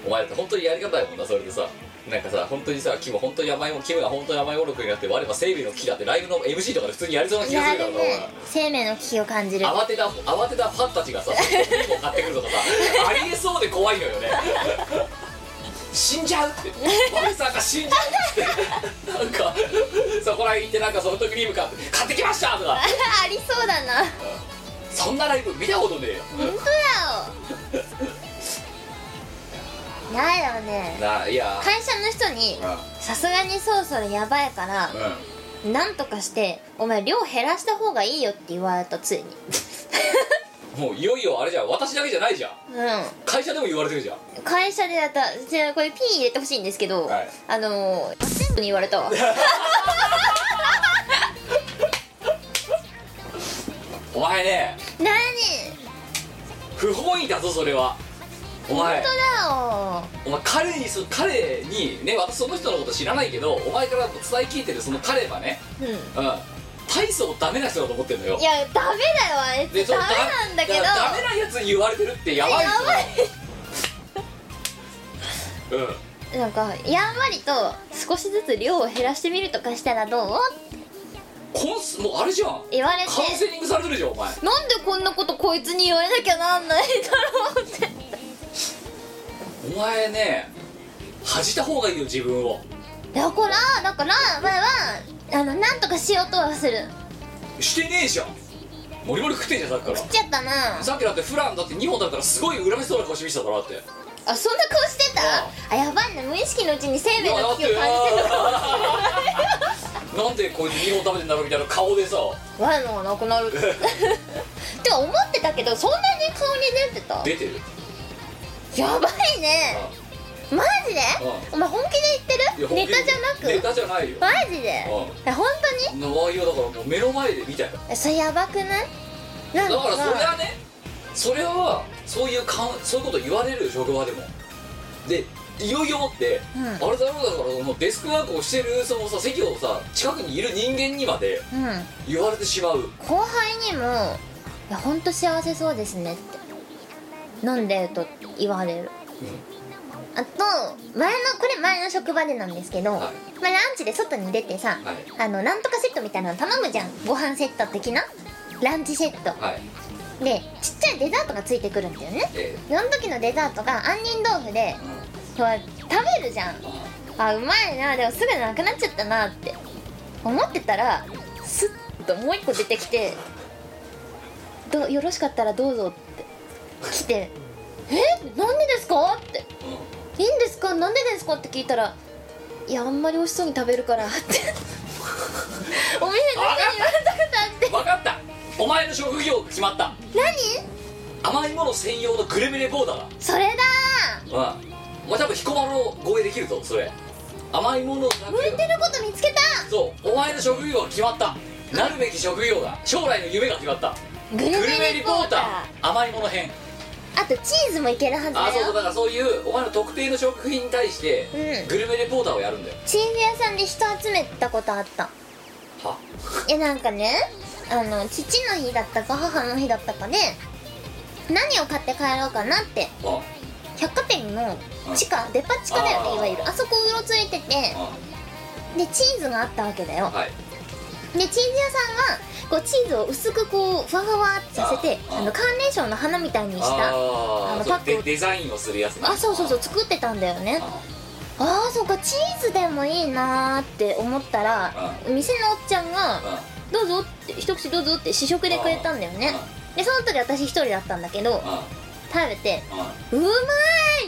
[SPEAKER 3] お前だって本当にやり方やもんなそれでさなんかさ本当にさキム本当に甘いもんキムが本当に甘いもの食いになって我は生命の危機だってライブの MC とかで普通にやりそうなん気が
[SPEAKER 4] や
[SPEAKER 3] する
[SPEAKER 4] る
[SPEAKER 3] からなお前
[SPEAKER 4] ね生命の危機を感じる <laughs>
[SPEAKER 3] 慌てた慌てたファンたちがさ本を買ってくるとかさありえそうで怖いのよね死んじゃうってワルさんが死んじゃうってなんかそこらへん行ってなんかソフトクリーム買って買ってきましたとか
[SPEAKER 4] あありそうだな
[SPEAKER 3] そんなライブ見たことねえよ
[SPEAKER 4] 本当だよだよね
[SPEAKER 3] ないや
[SPEAKER 4] 会社の人に
[SPEAKER 3] う
[SPEAKER 4] さすがにそろそろやばいから
[SPEAKER 3] んうん
[SPEAKER 4] なんとかしてお前量減らした方がいいよって言われたついに <laughs>
[SPEAKER 3] もういよいよあれじゃん私だけじゃないじゃん
[SPEAKER 4] う
[SPEAKER 3] 会社でも言われてるじゃん
[SPEAKER 4] ん会社でやったじゃあこれ P 入れてほしいんですけど、
[SPEAKER 3] はい
[SPEAKER 4] あのー全部に言われたわ
[SPEAKER 3] お前ね
[SPEAKER 4] 何
[SPEAKER 3] 不本意だぞそれはお前
[SPEAKER 4] 本当だよ
[SPEAKER 3] お前彼にそ彼にね私その人のこと知らないけどお前から伝え聞いてるその彼はね
[SPEAKER 4] うん
[SPEAKER 3] うん大層ダメな人だと思ってんのよ
[SPEAKER 4] いやダメだよあれダメ
[SPEAKER 3] その
[SPEAKER 4] なんだけど
[SPEAKER 3] だからダメなやつに言われてるってやばいぞうん
[SPEAKER 4] なんかやんわりと少しずつ量を減らしてみるとかしたらどうって
[SPEAKER 3] コンスもうあれじゃん
[SPEAKER 4] 言われて
[SPEAKER 3] カウンセリングされてるじゃんお前
[SPEAKER 4] なんでこんなことこいつに言われなきゃなんないだろうって
[SPEAKER 3] お前ね恥じた方がいいよ自分を
[SPEAKER 4] だからだから前はあのなんとかしようとはする
[SPEAKER 3] してねえじゃんモリモリ食ってんじゃんさっきから
[SPEAKER 4] ちゃったな
[SPEAKER 3] さっきだってフランだって2本だったらすごい恨みそうな顔して見せただろだって
[SPEAKER 4] あそんな顔してたあやばいな無意識のうちに生命
[SPEAKER 3] いやだ
[SPEAKER 4] の
[SPEAKER 3] っ
[SPEAKER 4] 危機を感じてるのか
[SPEAKER 3] てなんでこいつ2本食べてんだろうみたいな顔でさ
[SPEAKER 4] 我のがなくなる <laughs> って思ってたけどそんなに顔に出てた
[SPEAKER 3] 出てる
[SPEAKER 4] やばいねマジで
[SPEAKER 3] う
[SPEAKER 4] お前本気で
[SPEAKER 3] い
[SPEAKER 4] 言
[SPEAKER 3] や
[SPEAKER 4] って
[SPEAKER 3] 本
[SPEAKER 4] るネ
[SPEAKER 3] 気で
[SPEAKER 4] タじゃなく
[SPEAKER 3] ネタじゃないよ
[SPEAKER 4] マジで
[SPEAKER 3] う
[SPEAKER 4] え本当
[SPEAKER 3] の内容だからもう目の前で見たよ
[SPEAKER 4] にそれやばくないな
[SPEAKER 3] だ
[SPEAKER 4] ん
[SPEAKER 3] か
[SPEAKER 4] から
[SPEAKER 3] それはねそれはそういうかんそういうこと言われるよ職場でもでいよいよもって、
[SPEAKER 4] うん
[SPEAKER 3] あれだろうだからそのデスクワークをしてるそのさ席をさ近くにいる人間にまで
[SPEAKER 4] うん
[SPEAKER 3] 言われてしまう
[SPEAKER 4] 後輩にも「いや本当幸せそうですね」って「飲んでると言われる、あと前のこれ前の職場でなんですけど、
[SPEAKER 3] はい
[SPEAKER 4] まあ、ランチで外に出てさ、
[SPEAKER 3] はい
[SPEAKER 4] あのなんとかセットみたいなの頼むじゃんご飯セット的なランチセット
[SPEAKER 3] はい
[SPEAKER 4] でちっちゃいデザートがついてくるんだよね
[SPEAKER 3] え
[SPEAKER 4] その時のデザートが杏仁豆腐で
[SPEAKER 3] ーうん
[SPEAKER 4] ほら食べるじゃん
[SPEAKER 3] あ
[SPEAKER 4] あうまいなでもすぐなくなっちゃったなって思ってたらスッともう一個出てきて「どうよろしかったらどうぞ」って来て「えなんでですか?」って「
[SPEAKER 3] ーうん
[SPEAKER 4] いいんですかなんでですか?」って聞いたら「いやあんまり美味しそうに食べるから」って <laughs> お店の人に言われたことあって
[SPEAKER 3] 分かったお前の職業決まった
[SPEAKER 4] 何
[SPEAKER 3] 甘いもの専用のグルメレポーターだ
[SPEAKER 4] それだ
[SPEAKER 3] うんお前多分彦摩呂超えできるぞそれ甘いものだけ
[SPEAKER 4] ー向いてること見つけた
[SPEAKER 3] そうお前の職業が決まったなるべき職業が将来の夢が決まった
[SPEAKER 4] グ
[SPEAKER 3] グ
[SPEAKER 4] ル
[SPEAKER 3] ル
[SPEAKER 4] メ
[SPEAKER 3] メ
[SPEAKER 4] リ
[SPEAKER 3] リ
[SPEAKER 4] ポー
[SPEAKER 3] ポー
[SPEAKER 4] タ
[SPEAKER 3] タ
[SPEAKER 4] ー
[SPEAKER 3] ー甘いもの編
[SPEAKER 4] あとチーズもいけるはずだよ
[SPEAKER 3] あそうそうだからそういうお前の特定の食品に対して
[SPEAKER 4] うん
[SPEAKER 3] グルメリポーターをやるんだよ
[SPEAKER 4] チーズ屋さんで人集めたことあった
[SPEAKER 3] はい
[SPEAKER 4] やなんかねあの父の日だったか母の日だったかで何を買って帰ろうかなって
[SPEAKER 3] ああ
[SPEAKER 4] 百貨店の地下デパ地下だよねいわゆるあそこうろついててでチーズがあったわけだよ
[SPEAKER 3] あはい
[SPEAKER 4] でチーズ屋さんはこうチーズを薄くこうふわふわってさせて
[SPEAKER 3] あー
[SPEAKER 4] あのカーネーションの花みたいにしたあ
[SPEAKER 3] あ
[SPEAKER 4] の
[SPEAKER 3] あ
[SPEAKER 4] パ
[SPEAKER 3] そう
[SPEAKER 4] ックを
[SPEAKER 3] デデザインをするやつな
[SPEAKER 4] あそうそうそう作ってたんだよね
[SPEAKER 3] あ
[SPEAKER 4] ああそうかチーズでもいいなーって思ったら店のおっちゃんが
[SPEAKER 3] ああ
[SPEAKER 4] 「どうぞ」って一口どうぞって試食でくれたんだよねでその時私一人だったんだけど
[SPEAKER 3] あ
[SPEAKER 4] 食べて
[SPEAKER 3] ああ
[SPEAKER 4] 「うまい!」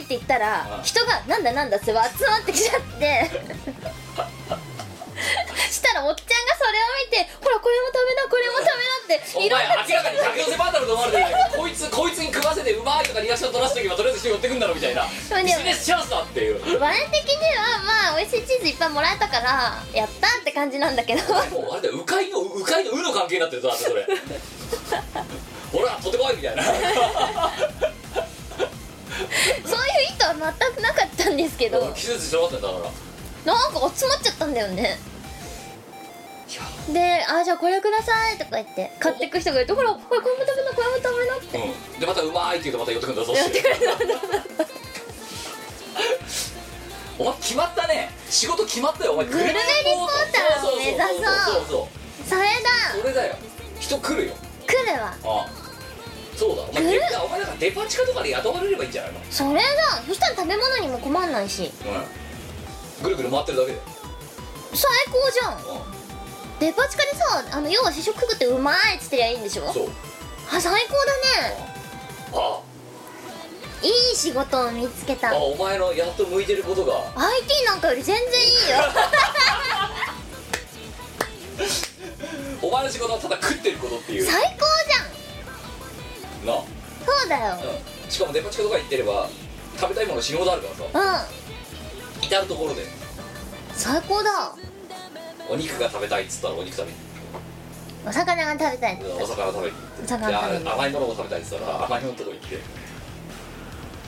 [SPEAKER 4] って言ったら
[SPEAKER 3] うん
[SPEAKER 4] 人が「なんだなんだ」って集まってきちゃって
[SPEAKER 3] <laughs>
[SPEAKER 4] したらおっちゃんがそれを見て「ほらこれも食べなこれも食べな」って
[SPEAKER 3] お前
[SPEAKER 4] いろんな
[SPEAKER 3] 明らかに客寄せバトルと思われてるけどこいつこいつに食わせてうまいとかリアクション取らせとけばとりあえず人寄ってくんだろみたいな
[SPEAKER 4] そう
[SPEAKER 3] ビ
[SPEAKER 4] ね
[SPEAKER 3] ジネスチャンスだって
[SPEAKER 4] <laughs>
[SPEAKER 3] いう
[SPEAKER 4] 我的にはまあ美味しいチーズいっぱいもらえたからやったって感じなんだけど
[SPEAKER 3] もうあれだよ迂回の迂回の「う」の関係になってるぞだってそれ俺はとてもいいみたいな
[SPEAKER 4] そういう意図は全くなかったんですけどなんか
[SPEAKER 3] 季節してもらってんだから
[SPEAKER 4] 集まっちゃったんだよね
[SPEAKER 3] いや
[SPEAKER 4] で「あじゃあこれください」とか言って買ってく人がいて「ほらこれこれも食べなこれも食べな」って
[SPEAKER 3] うん <laughs> でまたうまいって言うとまた寄ってくんだぞ
[SPEAKER 4] やってくれたんだ
[SPEAKER 3] <laughs> お前決まったね仕事決まったよお前
[SPEAKER 4] グルメリポーターを目指そう
[SPEAKER 3] そうそうそう
[SPEAKER 4] それ
[SPEAKER 3] そう
[SPEAKER 4] だ
[SPEAKER 3] それだよ人来るよ
[SPEAKER 4] 来るわ
[SPEAKER 3] ああそうだお前
[SPEAKER 4] グル
[SPEAKER 3] デパお前なんかデパ地下とかで雇われればいいんじゃないの
[SPEAKER 4] それだそしたら食べ物にも困んないし
[SPEAKER 3] うんぐるぐる回ってるだけだよ
[SPEAKER 4] 最高じゃん
[SPEAKER 3] う
[SPEAKER 4] デパ地下でさあの要は試食食ってうまいっつってりゃいいんでしょ
[SPEAKER 3] んそう
[SPEAKER 4] あ最高だね
[SPEAKER 3] あ
[SPEAKER 4] いい仕事を見つけた
[SPEAKER 3] あお前のやっと向いてることが
[SPEAKER 4] IT なんかより全然いい <laughs> よ
[SPEAKER 3] お前の仕事はただ食ってることっていう
[SPEAKER 4] 最高じ
[SPEAKER 3] なあ、
[SPEAKER 4] ゃんそうだよ
[SPEAKER 3] うん、しかもデパ地下とか行ってれば食べたいもの死ぬほどあるからさ
[SPEAKER 4] うん
[SPEAKER 3] 至る所で
[SPEAKER 4] 最高だ
[SPEAKER 3] お肉が食べたいっつったらお肉食べ
[SPEAKER 4] お魚が食べたい
[SPEAKER 3] お魚食べに
[SPEAKER 4] お
[SPEAKER 3] 行ってい
[SPEAKER 4] 魚
[SPEAKER 3] や
[SPEAKER 4] 食べに
[SPEAKER 3] 甘いものを食べたいっつったら甘いもののとこ行って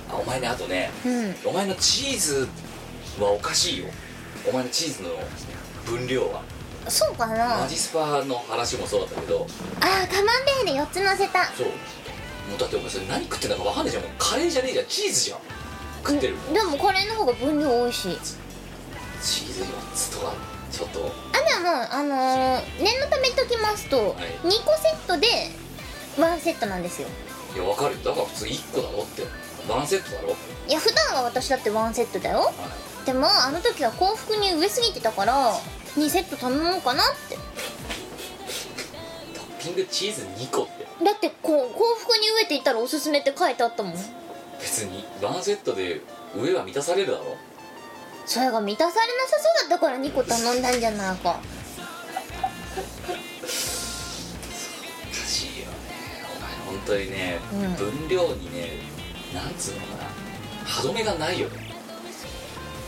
[SPEAKER 3] あお前ねあとね
[SPEAKER 4] うん
[SPEAKER 3] お前のチーズはおかしいよお前のチーズの分量は
[SPEAKER 4] そうかな
[SPEAKER 3] マ
[SPEAKER 4] あ
[SPEAKER 3] ジスパの話もそうだったけど
[SPEAKER 4] ーカマンベール4つ乗せた
[SPEAKER 3] そうもうだってお前それ何食ってんだか分かんないじゃんもうカレーじゃねえじゃんチーズじゃん食ってる
[SPEAKER 4] うんでもこれの方が分量多いし
[SPEAKER 3] チーズ4つとかちょっと
[SPEAKER 4] あでもあのー念のため言っときますと、
[SPEAKER 3] はい
[SPEAKER 4] 2個セットで1セットなんですよ
[SPEAKER 3] いや分かるよだから普通1個だろってワンセットだろ
[SPEAKER 4] いや普段は私だって1セットだよでもあの時は幸福に植えすぎてたから2セット頼もうかなって
[SPEAKER 3] トッピングチーズ2個って
[SPEAKER 4] だってこう幸福に植えていたらおすすめって書いてあったもん
[SPEAKER 3] 別にワンセットで上は満たされるだろ
[SPEAKER 4] それが満たされなさそうだったから2個頼んだんじゃないか
[SPEAKER 3] おかしいよねお前本当にね、
[SPEAKER 4] うん
[SPEAKER 3] 分量にねなんつうのかな歯止めがないよね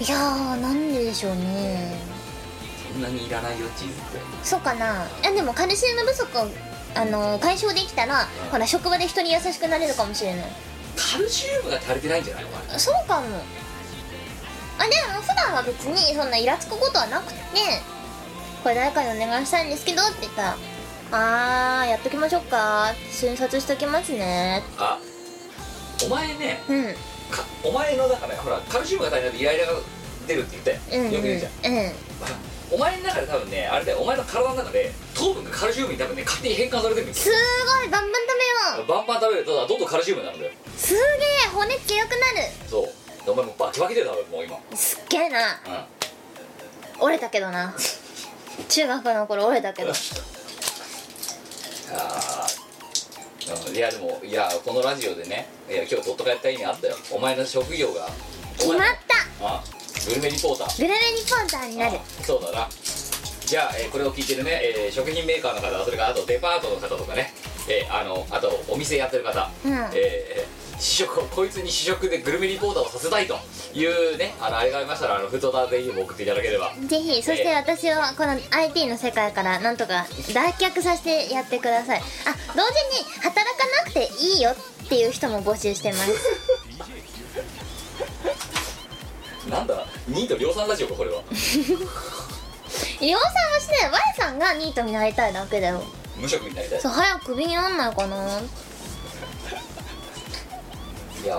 [SPEAKER 4] いやーなんででしょうね
[SPEAKER 3] そんなにいらないよチーズって
[SPEAKER 4] そうかないやでもカルシウム不足をあのー解消できたらほら職場で人に優しくなれるかもしれない
[SPEAKER 3] カルシウムが足りてないんじゃないお前
[SPEAKER 4] そうかもあでも普段は別にそんなイラつくことはなくてこれ誰かにお願いしたいんですけどって言ったら「あーやっときましょうか診察しときますね
[SPEAKER 3] あお前ね」
[SPEAKER 4] うんうん
[SPEAKER 3] かお前のだからほらカルシウムが足りないとイライラが出るって言ったよ、
[SPEAKER 4] うんうん
[SPEAKER 3] よく言うじゃんお前の中で多分ねあれだよお前の体の中で糖分がカルシウムに多分ね勝手に変換されてるんです
[SPEAKER 4] す
[SPEAKER 3] よ
[SPEAKER 4] ごいバンバン食べよ
[SPEAKER 3] バンバン食べるとだからどんどんカルシウムになるんだよ
[SPEAKER 4] うすげえ骨強くなる
[SPEAKER 3] そうでお前もうバキバキで多分もう今
[SPEAKER 4] すっげえな
[SPEAKER 3] うん
[SPEAKER 4] 折れたけどな中学の頃折れた
[SPEAKER 3] <laughs>
[SPEAKER 4] けど
[SPEAKER 3] あーうんいやでもいやこのラジオでねいや今日とっとかやった意味あったよお前の職業が
[SPEAKER 4] 決まった
[SPEAKER 3] あグルメリポーター
[SPEAKER 4] グルメリポーターになる
[SPEAKER 3] あそうだなじゃあ、えーこれを聞いてるね、えー食品メーカーの方それからあとデパートの方とかね、えーあのあとお店やってる方、
[SPEAKER 4] うん
[SPEAKER 3] えー試食をこいつに試食でグルメリポーターをさせたいというねあのあれがありましたらあのフードターぜひ送っていただければ
[SPEAKER 4] ぜひそして私をこの IT の世界からなんとか脱却させてやってくださいあ同時に働かなくていいよっていう人も募集して
[SPEAKER 3] <laughs>
[SPEAKER 4] ます
[SPEAKER 3] なんだニート量産ラジオかこれは
[SPEAKER 4] 量産はしてない Y さんがニートになりたいだけだよ
[SPEAKER 3] 無職になりたい
[SPEAKER 4] そう早くクビになんないかない
[SPEAKER 3] や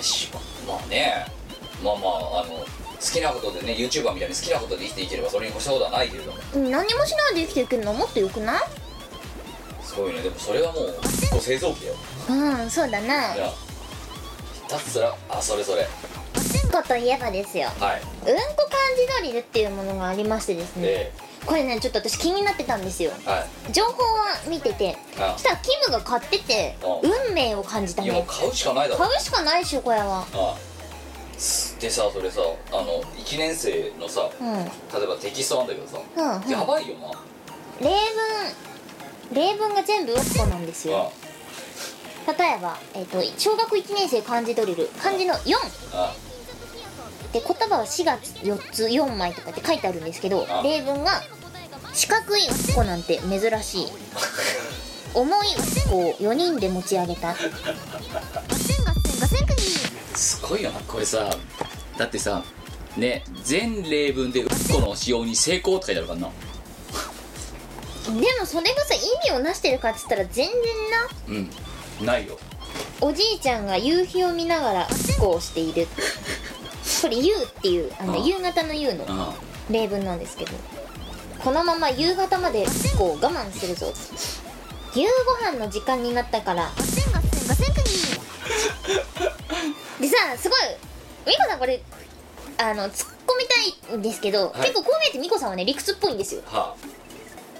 [SPEAKER 3] しまあねまあまああの好きなことでね YouTuber みたいに好きなことで生きていければそれに越したことはないけれども
[SPEAKER 4] うん何もしないで生きていけるのもっとよくない
[SPEAKER 3] すごいねでもそれはもう一個製造機だよ
[SPEAKER 4] うんそうだ
[SPEAKER 3] い
[SPEAKER 4] な
[SPEAKER 3] やだったらあそれそれ
[SPEAKER 4] うんこといえばですよ
[SPEAKER 3] はい
[SPEAKER 4] うんこ漢字ドリルっていうものがありましてですね
[SPEAKER 3] で、
[SPEAKER 4] これねちょっと私気になってたんですよ
[SPEAKER 3] は
[SPEAKER 4] 情報は見てて
[SPEAKER 3] あ
[SPEAKER 4] そしたらキムが買ってて
[SPEAKER 3] あ
[SPEAKER 4] 運命を感じた
[SPEAKER 3] いいやもう
[SPEAKER 4] ね
[SPEAKER 3] 買うしかないだろ
[SPEAKER 4] 買うしかないしこれは
[SPEAKER 3] あでさそれさあの1年生のさ
[SPEAKER 4] うんうんうん
[SPEAKER 3] 例えばテキストなんだけどさ、
[SPEAKER 4] 例
[SPEAKER 3] やばいよな
[SPEAKER 4] 文例文が全部うんこなんです
[SPEAKER 3] あ
[SPEAKER 4] よ例えば、えっと小学1年生漢字ドリル漢字の4
[SPEAKER 3] あ
[SPEAKER 4] で言葉は4月4つ4枚とかって書いてあるんですけど
[SPEAKER 3] あ
[SPEAKER 4] 例文が四角いうんこなんて珍
[SPEAKER 3] <laughs>
[SPEAKER 4] しい重いうんこを4人で持ち上げ
[SPEAKER 3] <laughs>
[SPEAKER 4] た
[SPEAKER 3] すごいよなこれさだってさね全例文で「うっこの使用に成功」って書いてあるからな
[SPEAKER 4] でもそれがさ意味をなしてるかっつったら全然な
[SPEAKER 3] うんないよ
[SPEAKER 4] おじいちゃんが夕日を見ながらこうしているこれ「夕」っていうあの
[SPEAKER 3] ああ
[SPEAKER 4] 夕方の「夕」の
[SPEAKER 3] あ
[SPEAKER 4] 例文なんですけどこのまま夕方までこう我慢するぞ夕ご飯の時間になったからでさすごい美子さんこれあの突っ込みたいんですけど、
[SPEAKER 3] はい
[SPEAKER 4] 結構こう見えて美子さんはね理屈っぽいんですよ
[SPEAKER 3] は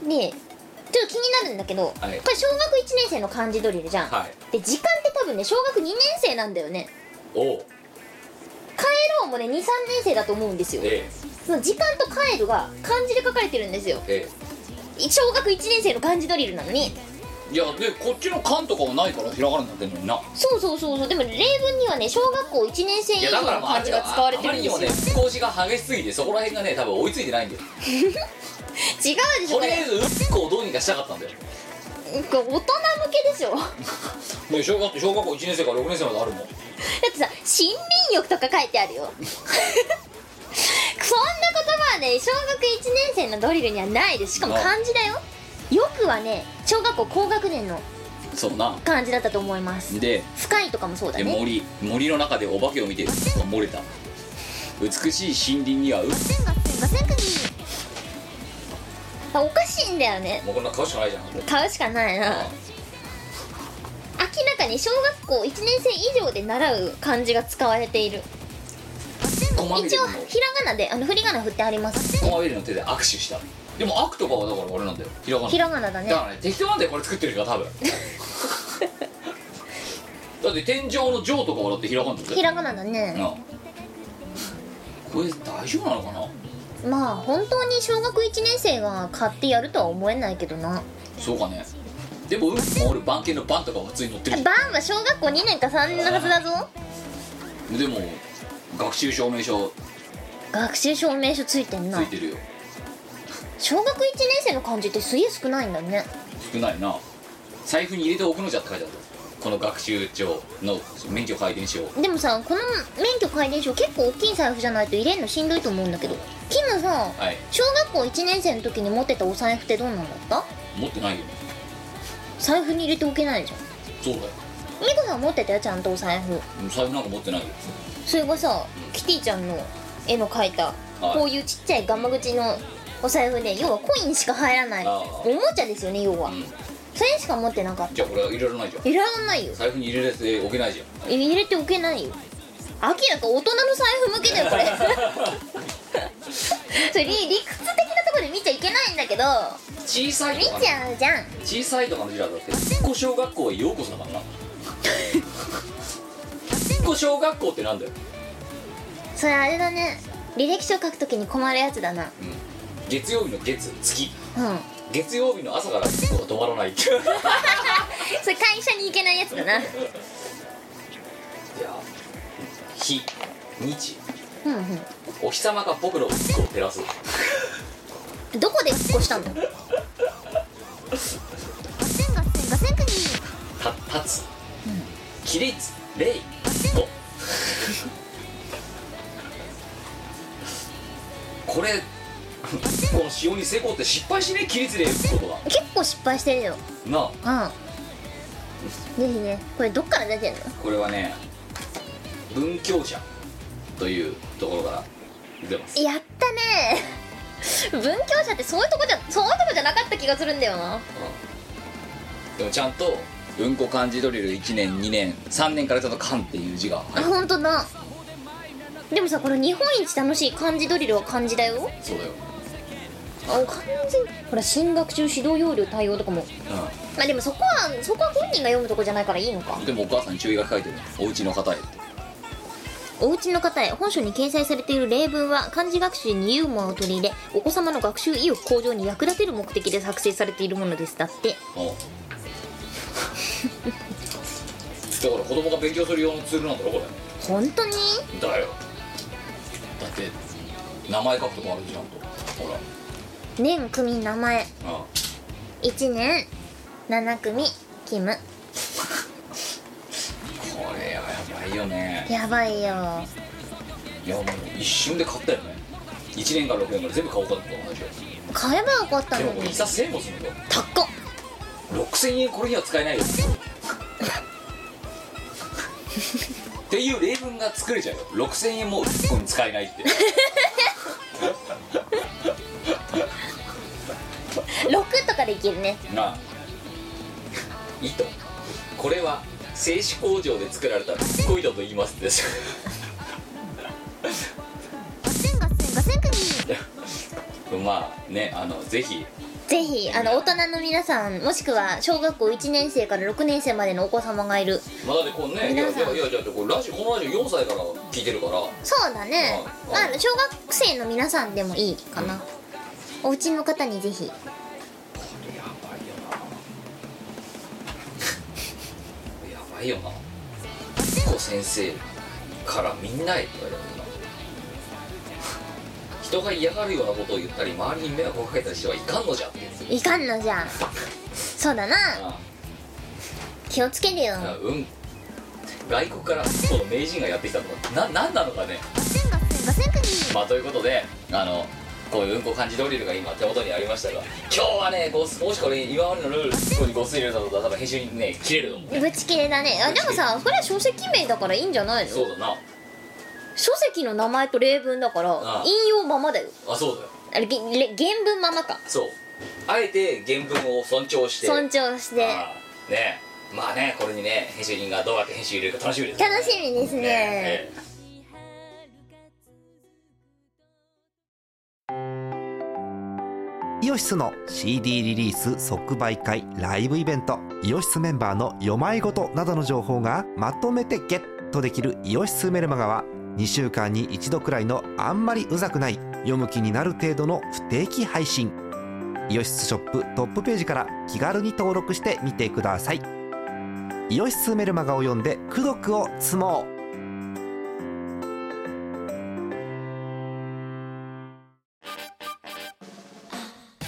[SPEAKER 4] でちょっと気になるんだけど、
[SPEAKER 3] はい
[SPEAKER 4] これ小学1年生の漢字ドリルじゃん、
[SPEAKER 3] はい
[SPEAKER 4] で時間って多分ね小学2年生なんだよね
[SPEAKER 3] おう
[SPEAKER 4] 帰ろうもね23年生だと思うんですよ
[SPEAKER 3] え
[SPEAKER 4] その時間と帰るが漢字で書かれてるんですよ
[SPEAKER 3] ええ
[SPEAKER 4] 小学1年生の漢字ドリルなのに
[SPEAKER 3] えいやでこっちの「間とかはないからひらがなになってんのにな
[SPEAKER 4] そうそうそうそうでも例文にはね小学校1年生以
[SPEAKER 3] いや
[SPEAKER 4] 上
[SPEAKER 3] だから
[SPEAKER 4] の
[SPEAKER 3] まあ
[SPEAKER 4] 漢字が使われてるんですよ、
[SPEAKER 3] あまりにもね少しが激しすぎてそこら辺がね多分追いついてないんだよ
[SPEAKER 4] 違うでしょ
[SPEAKER 3] と
[SPEAKER 4] こ
[SPEAKER 3] りあえ
[SPEAKER 4] れ
[SPEAKER 3] ずうんこをどうにかしたかったんだよ
[SPEAKER 4] これ大人向けでしょだ
[SPEAKER 3] で小学小学校1年生から6年生まであるもん
[SPEAKER 4] ってさ森林浴とか書いてあるよ <laughs> そんな言葉はね小学1年生のドリルにはないですしかも漢字だよよくはね小学校高学年の
[SPEAKER 3] そうな
[SPEAKER 4] 漢字だったと思います
[SPEAKER 3] で
[SPEAKER 4] 深いとかもそうだ
[SPEAKER 3] で
[SPEAKER 4] ね
[SPEAKER 3] 森森の中でお化けを見てうんこが漏れた美しい森林にはうん
[SPEAKER 1] 千が千が千国
[SPEAKER 4] あおかしいんだよね
[SPEAKER 3] もうこんな顔しかないじゃん
[SPEAKER 4] 買うしかないな明らかに小学校1年生以上で習う漢字が使われている
[SPEAKER 3] こまび
[SPEAKER 4] 一
[SPEAKER 3] れ
[SPEAKER 4] 応
[SPEAKER 3] の
[SPEAKER 4] ひらがなであの振り仮名振ってあります
[SPEAKER 3] こまびれの手で握手したでも悪とかはだから俺なんだよひらがな
[SPEAKER 4] ひらがなだね
[SPEAKER 3] だからね適当なんだよこれ作ってる人
[SPEAKER 4] <laughs>
[SPEAKER 3] は多分だって天井の「上」とかはだってひらがなだ
[SPEAKER 4] ひ
[SPEAKER 3] よ
[SPEAKER 4] らがなだね
[SPEAKER 3] なあこれ大丈夫なのかな
[SPEAKER 4] まあ本当に小学1年生が買ってやるとは思えないけどな
[SPEAKER 3] そうかねでもうんこも俺番犬の「番」とかは普通に乗ってるじゃん
[SPEAKER 4] バンは小学校2年か3年のはずだぞ
[SPEAKER 3] でも学習証明書
[SPEAKER 4] 学習証明書ついてん
[SPEAKER 3] つ
[SPEAKER 4] ない
[SPEAKER 3] てるよ
[SPEAKER 4] 小学1年生の漢字ってすげえ少ないんだね
[SPEAKER 3] 少ないな財布に入れておくのじゃって書いてあったこの学習帳の免許改伝書
[SPEAKER 4] でもさこの免許改伝書結構大きい財布じゃないと入れんのしんどいと思うんだけどキムさ
[SPEAKER 3] はい
[SPEAKER 4] 小学校1年生の時に持ってたお財布ってどうなんだった
[SPEAKER 3] 持ってないよね
[SPEAKER 4] 財布に入れておけないじゃん
[SPEAKER 3] そうだよ
[SPEAKER 4] ミコさん持ってたよちゃんとお財布
[SPEAKER 3] 財布なんか持ってないよ
[SPEAKER 4] それがさキティちゃんの絵の描いた
[SPEAKER 3] はい
[SPEAKER 4] こういうちっちゃいガマ口のお財布で要はコインしか入らない
[SPEAKER 3] あ
[SPEAKER 4] お
[SPEAKER 3] ー
[SPEAKER 4] もちゃですよね要は
[SPEAKER 3] うん
[SPEAKER 4] それしか持ってなかった
[SPEAKER 3] じゃあこれは入れられないじゃん
[SPEAKER 4] いらないよ
[SPEAKER 3] 財布に入れておけないじゃん
[SPEAKER 4] 入れておけないよ明らか大人の財布向けだよこ
[SPEAKER 3] <laughs>
[SPEAKER 4] れそれ理理屈的なところで見ちゃいけないんだけど
[SPEAKER 3] 小さい
[SPEAKER 4] 見
[SPEAKER 3] とか
[SPEAKER 4] ちゃうじゃん
[SPEAKER 3] 小さいとかの字だだって一個小学校へようこそだ <laughs> からな一個小学校ってなんだよ、
[SPEAKER 4] それあれだね履歴書書くときに困るやつだな
[SPEAKER 3] うん、月曜日の月月 <laughs>
[SPEAKER 4] うん
[SPEAKER 3] 月曜日の朝から一個が止まらないい
[SPEAKER 4] それ会社に行けないやつだな
[SPEAKER 3] や日日
[SPEAKER 4] うんうん
[SPEAKER 3] お日様が僕の一個を照らす
[SPEAKER 4] どこで引っ越したの
[SPEAKER 1] 千が千が千国
[SPEAKER 3] た立つ起立礼一個これこの使用に成功って失敗しねえ起立礼一個とか
[SPEAKER 4] 結構失敗してるよ
[SPEAKER 3] なあ
[SPEAKER 4] うんぜひねこれどっから出てんの
[SPEAKER 3] これはね文教者というところから出てます
[SPEAKER 4] やったね文教者ってそういうとこじゃそういうとこじゃなかった気がするんだよな
[SPEAKER 3] でもちゃんとうんこ漢字ドリル1年2年3年からちょっと「漢」っていう字が
[SPEAKER 4] あ
[SPEAKER 3] 入る
[SPEAKER 4] 本当だでもさこの日本一楽しい漢字ドリルは漢字だよ
[SPEAKER 3] そうだよ、
[SPEAKER 4] あ漢字ほら新学習指導要領対応とかもまあでもそこはそこは本人が読むとこじゃないからいいのか
[SPEAKER 3] うん、でもお母さんに注意が書いてるのお家の <laughs> 方へって
[SPEAKER 4] お家の方へ本書に掲載されている例文は漢字学習にユーモアを取り入れお子様の学習意欲向上に役立てる目的で作成されているものですだって
[SPEAKER 3] うんだから子供が勉強する用のツールなんだろこれ
[SPEAKER 4] 本当に
[SPEAKER 3] だよだって名前書くとこあるじゃんとほら
[SPEAKER 4] 年組名前
[SPEAKER 3] あ
[SPEAKER 4] 1年7組キム
[SPEAKER 3] これはやばいよね
[SPEAKER 4] やばいよ
[SPEAKER 3] いやもう一瞬で買ったよね1年から6年から全部買おうかって同じよ
[SPEAKER 4] 買えばよかった
[SPEAKER 3] で
[SPEAKER 4] の
[SPEAKER 3] もこれ
[SPEAKER 4] に
[SPEAKER 3] 一冊1000円もするんだよ
[SPEAKER 4] 高っ
[SPEAKER 3] 6000円これには使えないよっていう例文が作れちゃうよ6000円も1個に使えないって
[SPEAKER 4] 6とかでいけるね
[SPEAKER 3] なあ糸これは製紙工場で作られたすごい糸と言いますです
[SPEAKER 1] 千が千が千国
[SPEAKER 3] まあねあのぜひ
[SPEAKER 4] ぜひあの大人の皆さんもしくは小学校1年生から6年生までのお子様がいる
[SPEAKER 3] まあ、だってこうねいや
[SPEAKER 4] 皆
[SPEAKER 3] い
[SPEAKER 4] さん
[SPEAKER 3] やいやいやこれラジオこのラジオ4歳から聞いてるから
[SPEAKER 4] そうだね
[SPEAKER 3] うん
[SPEAKER 4] まあ小学生の皆さんでもいいかな、お家の方にぜひ
[SPEAKER 3] やばいよなやばいよなこう先生からみんなへって言われたもんな人が嫌がるようなことを言ったり周りに迷惑をかけたりしてはいかんのじゃって言って
[SPEAKER 4] いかんのじゃそうだな気をつけるよ
[SPEAKER 3] あうん外国からこの名人がやってきたのかな何なのかね
[SPEAKER 1] ガセンガセンガセンクニー
[SPEAKER 3] まあということであのこういううんこ漢字ドリルが今手元にありましたが今日はねごすもしこれ今までのルールここにごす入れたと多分編集にね切れると思う
[SPEAKER 4] ぶち切れだねあでもさこれは書籍名だからいいんじゃないの
[SPEAKER 3] そうだな
[SPEAKER 4] 書籍の名前と例文だから
[SPEAKER 3] ああ
[SPEAKER 4] 引用ままだよ
[SPEAKER 3] あそうだよ
[SPEAKER 4] あれげれ原文ままか
[SPEAKER 3] そうあえて原文を尊重して
[SPEAKER 4] 尊重して
[SPEAKER 3] ああねまあねこれにね編集人がどうやって編集入れるか楽しみです
[SPEAKER 4] 楽しみですね
[SPEAKER 3] ね
[SPEAKER 5] イオシスの CD リリース即売会ライブイベントイオシスメンバーの読まいごとなどの情報がまとめてゲットできる「イオシスメルマガ」は2週間に1度くらいのあんまりうざくない読む気になる程度の不定期配信イオシスショップトップページから気軽に登録してみてくださいイオシスメルマガを読んで「功徳を積もう」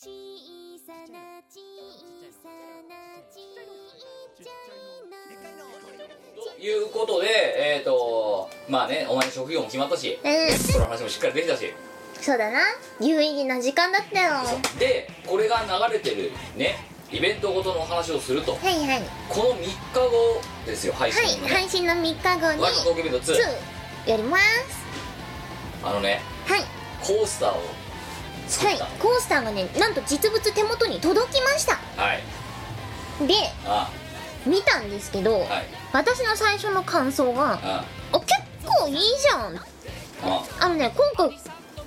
[SPEAKER 1] 小さな小さなちっちゃいの
[SPEAKER 3] ということでえっ、とまあねお前の職業も決まったし
[SPEAKER 4] うん
[SPEAKER 3] この話もしっかりできたし
[SPEAKER 4] そうだな有意義な時間だったよは
[SPEAKER 3] でこれが流れてるねイベントごとのお話をすると
[SPEAKER 4] いはい
[SPEAKER 3] この3日後ですよ配信の
[SPEAKER 4] はい
[SPEAKER 3] ね
[SPEAKER 4] 配信の3日後に
[SPEAKER 3] ワールドトークイベント2
[SPEAKER 4] 2やります
[SPEAKER 3] あのね
[SPEAKER 4] はい
[SPEAKER 3] コースターを作
[SPEAKER 4] は
[SPEAKER 3] っ
[SPEAKER 4] い
[SPEAKER 3] たの
[SPEAKER 4] コースターがねなんと実物手元に届きました
[SPEAKER 3] はい
[SPEAKER 4] で
[SPEAKER 3] あ
[SPEAKER 4] 見たんですけど、
[SPEAKER 3] はい
[SPEAKER 4] 私の最初の感想が
[SPEAKER 3] あ
[SPEAKER 4] あ結構いいじゃん
[SPEAKER 3] あ
[SPEAKER 4] あのね今回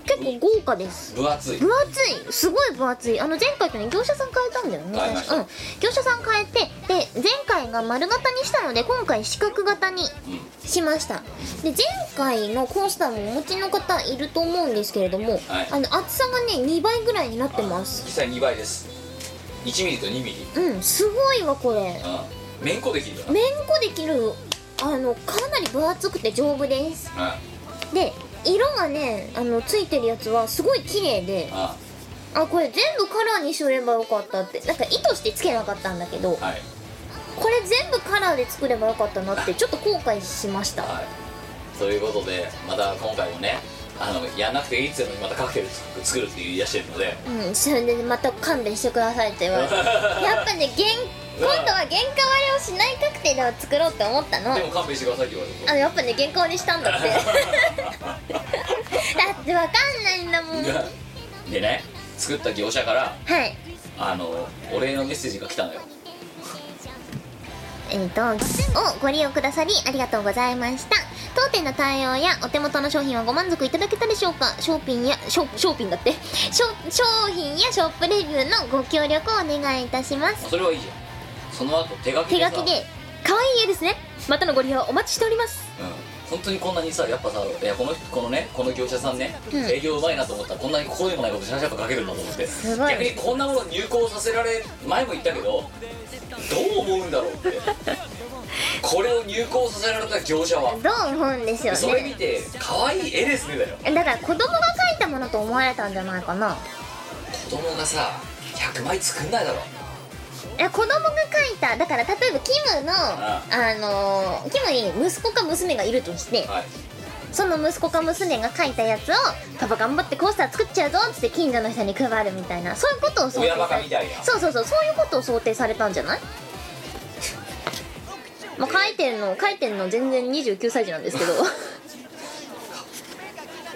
[SPEAKER 4] 結構豪華です
[SPEAKER 3] 分厚い
[SPEAKER 4] 分厚いすごい分厚いあの前回とね業者さん変えたんだよね
[SPEAKER 3] 変えました
[SPEAKER 4] うん業者さん変えてで前回が丸型にしたので今回四角型に
[SPEAKER 3] うん
[SPEAKER 4] しましたで前回のコースターもお持ちの方いると思うんですけれども、
[SPEAKER 3] はい
[SPEAKER 4] あの厚さがね2倍ぐらいになってます
[SPEAKER 3] 実際2倍です1ミリと2ミリ
[SPEAKER 4] うんすごいわこれ
[SPEAKER 3] うんめんこできるよ
[SPEAKER 4] めんこできるあのかなり分厚くて丈夫です
[SPEAKER 3] なうん
[SPEAKER 4] で色がねあのついてるやつはすごい綺麗で
[SPEAKER 3] あ
[SPEAKER 4] あこれ全部カラーにしとればよかったってなんか意図してつけなかったんだけど
[SPEAKER 3] はい
[SPEAKER 4] これ全部カラーで作ればよかったなってちょっと後悔しましたは
[SPEAKER 3] はいということでまた今回もねあのやんなくていいっつうのにまたカクテル作るって言い出してるので
[SPEAKER 4] うんそれでまた勘弁してくださいって言われてやっぱね原今度は原価割れをしないカクテルを作ろうって思ったの
[SPEAKER 3] でも勘弁してくださいって言われて
[SPEAKER 4] あのやっぱね原価割れしたんだって <laughs>
[SPEAKER 3] <laughs>
[SPEAKER 4] だってわかんないんだもんは
[SPEAKER 3] でね作った業者から
[SPEAKER 4] い
[SPEAKER 3] あのお礼のメッセージが来たのよ
[SPEAKER 4] えっ、とをご利用くださりありがとうございました当店の対応やお手元の商品はご満足いただけたでしょうか商品や商商品だって商商品やショップレビューのご協力をお願いいたします
[SPEAKER 3] それはいいじゃんその後手書き
[SPEAKER 4] 手
[SPEAKER 3] でさ
[SPEAKER 4] 書きで可愛い絵ですねまたのご利用お待ちしております
[SPEAKER 3] うん本当にこんなにさやっぱさいやこのこのねこの業者さんね、
[SPEAKER 4] うん
[SPEAKER 3] 営業うまいなと思ったらこんなにここでもないことシャシャとかけるんだと思って
[SPEAKER 4] すごい
[SPEAKER 3] 逆にこんなもの入稿させられ前も言ったけどどう思うんだろうって
[SPEAKER 4] <laughs>
[SPEAKER 3] これを入稿させられた業者は
[SPEAKER 4] どう思うんですよ
[SPEAKER 3] それ見
[SPEAKER 4] ね
[SPEAKER 3] て可愛い絵ですねだよ
[SPEAKER 4] だから子供が描いたものと思われたんじゃないかな
[SPEAKER 3] 子供がさ100枚作んないだろ
[SPEAKER 4] いや子供が描いただから例えばキムのあ
[SPEAKER 3] あ
[SPEAKER 4] のーキムに息子か娘がいるとして
[SPEAKER 3] はい
[SPEAKER 4] その息子か娘が描いたやつを「パパ頑張ってコースター作っちゃうぞ」っつって近所の人に配るみたいなそういうことを想定
[SPEAKER 3] 親バカみ
[SPEAKER 4] さ
[SPEAKER 3] たい
[SPEAKER 4] れ
[SPEAKER 3] な
[SPEAKER 4] そうそうそうそういうことを想定されたんじゃないまあ書いてんの書いてんの全然29歳児なんですけ <laughs> ど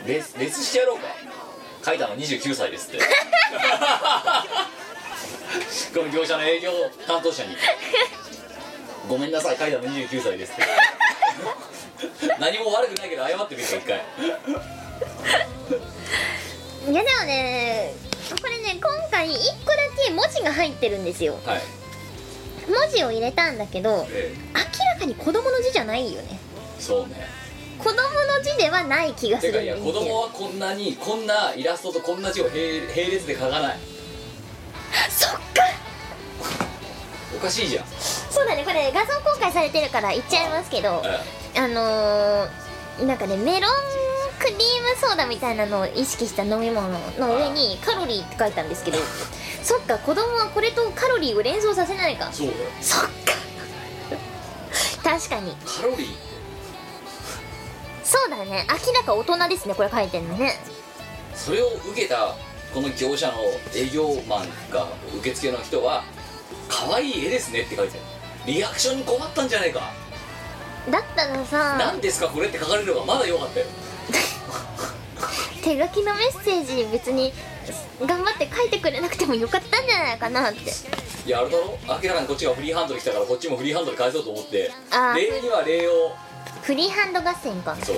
[SPEAKER 3] レスレスしてやろうか書いたの29歳ですって <laughs> この業者の営業担当者に「ごめんなさい書いたの29歳です」って何も悪くないけど謝ってみるか一回
[SPEAKER 4] いやでもねこれね今回1個だけ文字が入ってるんですよ
[SPEAKER 3] はい
[SPEAKER 4] 文字を入れたんだけど
[SPEAKER 3] え
[SPEAKER 4] 明らかに子供の字じゃないよね
[SPEAKER 3] えそうね
[SPEAKER 4] 子供の字ではない気がす
[SPEAKER 3] て
[SPEAKER 4] るん
[SPEAKER 3] か
[SPEAKER 4] で
[SPEAKER 3] い
[SPEAKER 4] す
[SPEAKER 3] や
[SPEAKER 4] よ
[SPEAKER 3] 子供はこんなにこんなイラストとこんな字を並並列で書かない
[SPEAKER 4] そっか
[SPEAKER 3] おかしいじゃん、
[SPEAKER 4] そうだねこれ画像公開されてるから言っちゃいますけど
[SPEAKER 3] え
[SPEAKER 4] あのー、なんかねメロンクリームソーダみたいなのを意識した飲み物の上にカロリーって書いたんですけどそっか子供はこれとカロリーを連想させないか
[SPEAKER 3] えそうだよ
[SPEAKER 4] そっか <laughs> 確かに
[SPEAKER 3] カロリー
[SPEAKER 4] そうだね明らか大人ですねこれ書いてんのね
[SPEAKER 3] それを受けたこの業者の営業マンが受付の人は「可愛い絵ですね」って書いてあるリアクションに困ったんじゃないか
[SPEAKER 4] だったら
[SPEAKER 3] 「
[SPEAKER 4] さ
[SPEAKER 3] 何ですかこれ」って書かれるのがまだ良かったよ
[SPEAKER 4] 手書きのメッセージ別に頑張って書いてくれなくてもよかったんじゃないかなって
[SPEAKER 3] いやあれだろ明らかにこっちがフリーハンドで来たからこっちもフリーハンドで返そうと思って
[SPEAKER 4] あー
[SPEAKER 3] 礼には礼を
[SPEAKER 4] フリーハンド合戦か
[SPEAKER 3] そう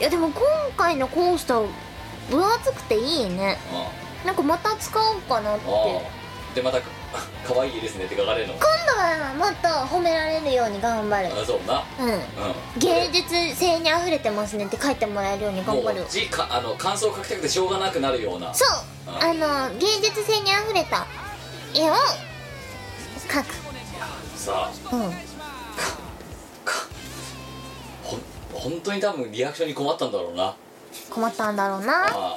[SPEAKER 4] いやでも今回のコースター分厚くていいね
[SPEAKER 3] あ
[SPEAKER 4] なんかまた使おうかなって
[SPEAKER 3] あああでまた「可愛い絵ですね」って書かれるの
[SPEAKER 4] 今度はもっと褒められるように頑張る
[SPEAKER 3] あそうな
[SPEAKER 4] うん
[SPEAKER 3] う
[SPEAKER 4] 芸術性にあふれてますねって書いてもらえるように
[SPEAKER 3] んも
[SPEAKER 4] 頑張る
[SPEAKER 3] う字かあの感想を書きたくてしょうがなくなるような
[SPEAKER 4] そう
[SPEAKER 3] あ
[SPEAKER 4] あの芸術性にあふれた絵を描く
[SPEAKER 3] さあ
[SPEAKER 4] うん
[SPEAKER 3] かほん本当に多分リアクションに困ったんだろうな
[SPEAKER 4] 困ったんだろうな
[SPEAKER 3] ああ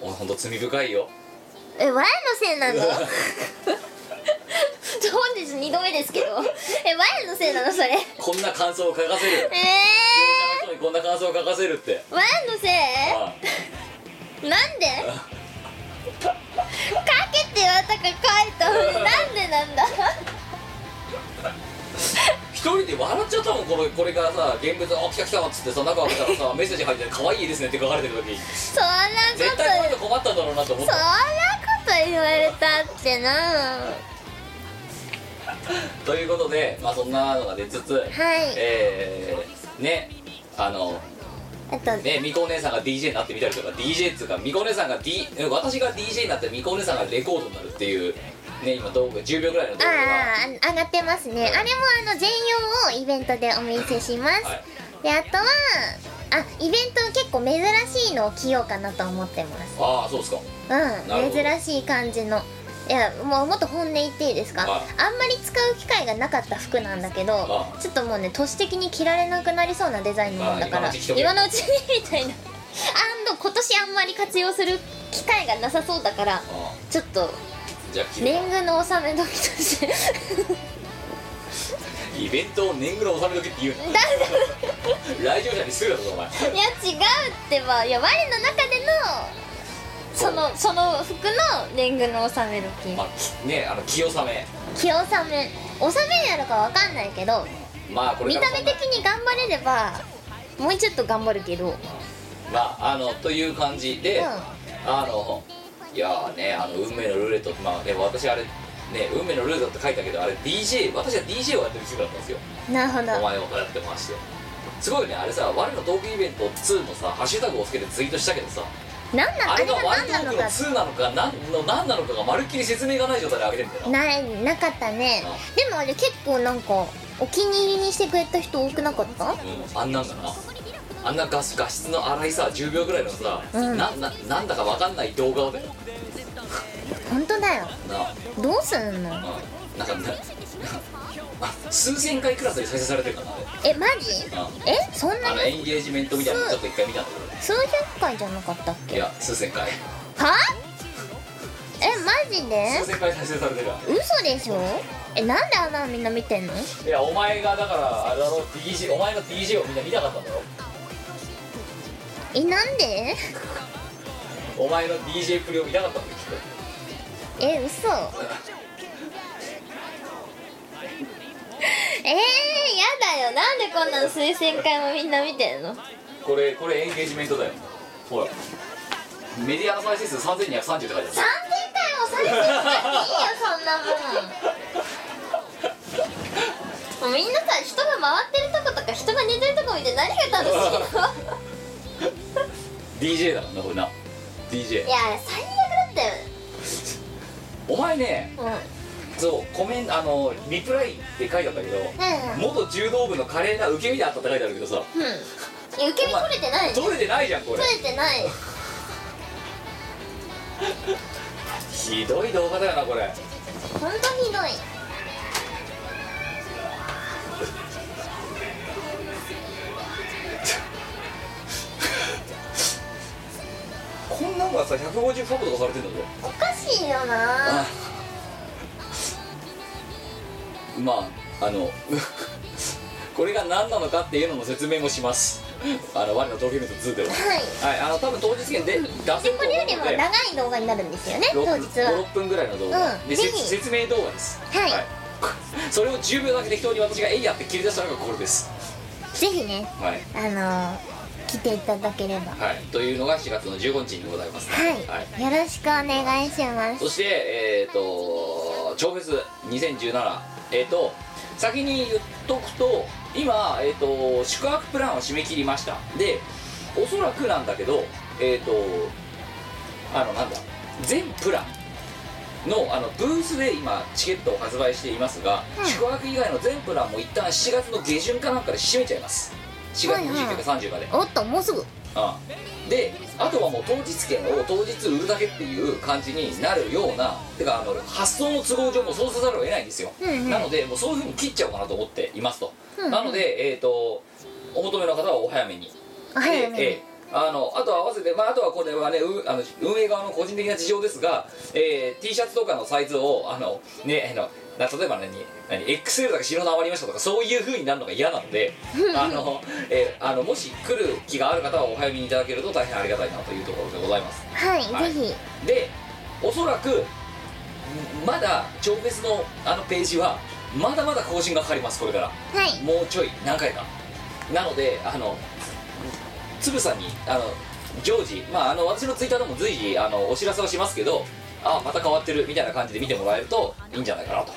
[SPEAKER 3] 俺ほんと罪深いよ
[SPEAKER 4] えワイのせいな <laughs> の本日2度目ですけどえワイのせいなのそれえ
[SPEAKER 3] こんな感想を書かせる
[SPEAKER 4] え
[SPEAKER 3] 業者の人にこんな感想を書かせるって
[SPEAKER 4] ー、ワイのせい
[SPEAKER 3] あ
[SPEAKER 4] なんで書けって言われたから書いたのになんでなんだ
[SPEAKER 3] あ一人で笑っちゃったもんこれこれからさ現物あ来た来たっつってさ中開けたら
[SPEAKER 4] <laughs>
[SPEAKER 3] さメッセージ入ってて可愛いですねって書かれてる時
[SPEAKER 4] そんなこ
[SPEAKER 3] 絶
[SPEAKER 4] と
[SPEAKER 3] 対この人困ったんだろうなと思っ
[SPEAKER 4] そんなこ
[SPEAKER 3] た
[SPEAKER 4] と言われたってなは
[SPEAKER 3] ということでまあそんなのが出つつ
[SPEAKER 4] い
[SPEAKER 3] えー、ねあの
[SPEAKER 4] あと
[SPEAKER 3] ねみこお姉さんが DJ になってみたりとか DJ っつうかみこお姉さんが、D、私が DJ になってみこお姉さんがレコードになるっていうね今動画10秒ぐらいの動
[SPEAKER 4] あ
[SPEAKER 3] 画が
[SPEAKER 4] ああ上がってますねあれもあの全容をイベントでお見せします、
[SPEAKER 3] はい
[SPEAKER 4] であとはあイベント結構珍しいのを着ようかなと思ってます
[SPEAKER 3] ああそうですかなる
[SPEAKER 4] う
[SPEAKER 3] ほど
[SPEAKER 4] ん珍しい感じのいやもうもっと本音言っていいですか
[SPEAKER 3] はい
[SPEAKER 4] あんまり使う機会がなかった服なんだけど
[SPEAKER 3] は
[SPEAKER 4] ちょっともうね年的に着られなくなりそうなデザインのもんだから
[SPEAKER 3] はい今のうち着とけ
[SPEAKER 4] 今のうちにみたいな <laughs> あん今年あんまり活用する機会がなさそうだから
[SPEAKER 3] あ
[SPEAKER 4] ちょっと
[SPEAKER 3] あじゃあ君
[SPEAKER 4] 年貢の納め時と
[SPEAKER 3] <laughs>
[SPEAKER 4] してだ
[SPEAKER 3] イベントを年貢の納め時って言うの来場者にするだぞお前
[SPEAKER 4] いや違うってばいや我の中でのそのその服の年貢の納め時
[SPEAKER 3] まあねあの清納め
[SPEAKER 4] 気納め納めになるかわかんないけど
[SPEAKER 3] まあこれ
[SPEAKER 4] 見
[SPEAKER 3] か
[SPEAKER 4] た
[SPEAKER 3] ら
[SPEAKER 4] 目
[SPEAKER 3] そんな
[SPEAKER 4] 的に頑張れればもうちょっと頑張るけど
[SPEAKER 3] まああのという感じで、
[SPEAKER 4] うん
[SPEAKER 3] あのいやーねあの運命のルーレットまあね私あれね運命のルーレットって書いたけどあれ DJ 私は DJ をやってる人だったんですよ
[SPEAKER 4] なるほ
[SPEAKER 3] お
[SPEAKER 4] ど
[SPEAKER 3] 前をやってましてすごいねあれさ我のトークイベント2のさハッシュタグをつけてツイートしたけどさ
[SPEAKER 4] なんな
[SPEAKER 3] あ
[SPEAKER 4] あ
[SPEAKER 3] れ
[SPEAKER 4] れ
[SPEAKER 3] が
[SPEAKER 4] が
[SPEAKER 3] 我
[SPEAKER 4] 何
[SPEAKER 3] のト
[SPEAKER 4] な
[SPEAKER 3] ー
[SPEAKER 4] のか
[SPEAKER 3] クの2なのか何の何なのかがまるっきり説明がない状態で上げてるんだよな
[SPEAKER 4] ないなかったねでもあれ結構なんかお気に入りにしてくれた人多くなかった
[SPEAKER 3] うん、あんなんだなあんな画質画質の荒いさ10秒ぐらいのさ、
[SPEAKER 4] うん
[SPEAKER 3] なななんだかわかんない動画をね
[SPEAKER 4] 本当だよ
[SPEAKER 3] な
[SPEAKER 4] どうすんの
[SPEAKER 3] うんなんかなあ数千回クラスで再生されてるかなあれ
[SPEAKER 4] えマジ
[SPEAKER 3] う
[SPEAKER 4] えそん
[SPEAKER 3] あ
[SPEAKER 4] な
[SPEAKER 3] の
[SPEAKER 4] に
[SPEAKER 3] エンゲージメントみたいなのちょっと一回見たんだけ
[SPEAKER 4] 数百回じゃなかったっ
[SPEAKER 3] どい
[SPEAKER 4] けは
[SPEAKER 3] や数千回
[SPEAKER 4] えマジで
[SPEAKER 3] 数千回再生されてるあれ
[SPEAKER 4] 嘘でしょえなんであんなのみんな見てんの
[SPEAKER 3] いやお前がだからあれだろ DJ お前の DJ をみんな見たかったんだろ
[SPEAKER 4] えなんで
[SPEAKER 3] お前の DJ プレを見たかったんだよきっと
[SPEAKER 4] え嘘ええー、やだよなんでこんなの推薦会もみんな見てんの
[SPEAKER 3] これこれエンゲージメントだよほらメディアの再生数3230って書いてある
[SPEAKER 4] 3000回も再生しなくていいよそんなもんもうみんなさ人が回ってるとことか人が寝てるとこ見て何が楽しいの
[SPEAKER 3] DJ だもんなこれな DJ
[SPEAKER 4] いや最悪だっ
[SPEAKER 3] お前ね
[SPEAKER 4] たよ
[SPEAKER 3] そうコメンあのリプライって書いてあったけど
[SPEAKER 4] うん
[SPEAKER 3] 元柔道部の華麗な受け身だったって書いてあるけどさ
[SPEAKER 4] うん、うん、いや受け身取れてない取
[SPEAKER 3] 取れてないじゃんこれ
[SPEAKER 4] れてない
[SPEAKER 3] ひどい動画だよなこれ
[SPEAKER 4] 本当にひどい
[SPEAKER 3] こんなのがさ150ファブとかされてんだぞ
[SPEAKER 4] おかしいよな
[SPEAKER 3] あまああの <laughs> これが何なのかっていうのの説明もしますあの我の東京メント2では
[SPEAKER 4] はい
[SPEAKER 3] はいあの多分当日券で出せると
[SPEAKER 4] で
[SPEAKER 3] 思
[SPEAKER 4] これよりも長い動画になるんですよね当
[SPEAKER 3] うの
[SPEAKER 4] 日
[SPEAKER 3] で
[SPEAKER 4] は
[SPEAKER 3] 56分ぐらいの動画、
[SPEAKER 4] うん
[SPEAKER 3] で
[SPEAKER 4] ぜ
[SPEAKER 3] せ
[SPEAKER 4] ひ
[SPEAKER 3] つ説明動画です
[SPEAKER 4] はい
[SPEAKER 3] <laughs> それを10秒だけ適当に私が「えいや」って切り出したのがこれです
[SPEAKER 4] ぜひね
[SPEAKER 3] はい
[SPEAKER 4] あのー、来ていただければは
[SPEAKER 3] はい、というのが4月の15日にございます、
[SPEAKER 4] い、よろしくお願いします
[SPEAKER 3] そしてえっ、と超フェス2017えっ、と先に言っとくと今、えっと宿泊プランを締め切りましたでおそらくなんだけどえっ、とあのなんだ全プランのあのブースで今チケットを発売していますが、
[SPEAKER 4] うん
[SPEAKER 3] 宿泊以外の全プランも一旦7月の下旬かなんかで締めちゃいます4月29か30まで、
[SPEAKER 4] おっともうすぐ
[SPEAKER 3] ああであとはもう当日券を当日売るだけっていう感じになるようなてかあの発想の都合上もうそうせざるを得ないんですよ、
[SPEAKER 4] うんうん
[SPEAKER 3] なのでもうそういうふうに切っちゃおうかなと思っていますと、
[SPEAKER 4] うんうん
[SPEAKER 3] なのでえっ、とお求めの方はお早めに
[SPEAKER 4] おはようね、
[SPEAKER 3] でええあのあとは合わせて、まあ、あとはこれはねうあの運営側の個人的な事情ですが、えー、T シャツとかのサイズをあの、ね、あのな例えば何何 XL だか白の余りましたとかそういうふうになるのが嫌な
[SPEAKER 4] <laughs>
[SPEAKER 3] のであの、えーあのもし来る気がある方はお早めにいただけると大変ありがたいなというところでございます
[SPEAKER 4] はい、
[SPEAKER 3] はい
[SPEAKER 4] ぜひ
[SPEAKER 3] でおそらくまだ超フェスのあのページはまだまだ更新がかかりますこれから
[SPEAKER 4] はい
[SPEAKER 3] もうちょい何回かなのであのつぶさんにあの常時まああの私のツイッターでも随時あのお知らせをしますけどあまた変わってるみたいな感じで見てもらえるといいんじゃないかなと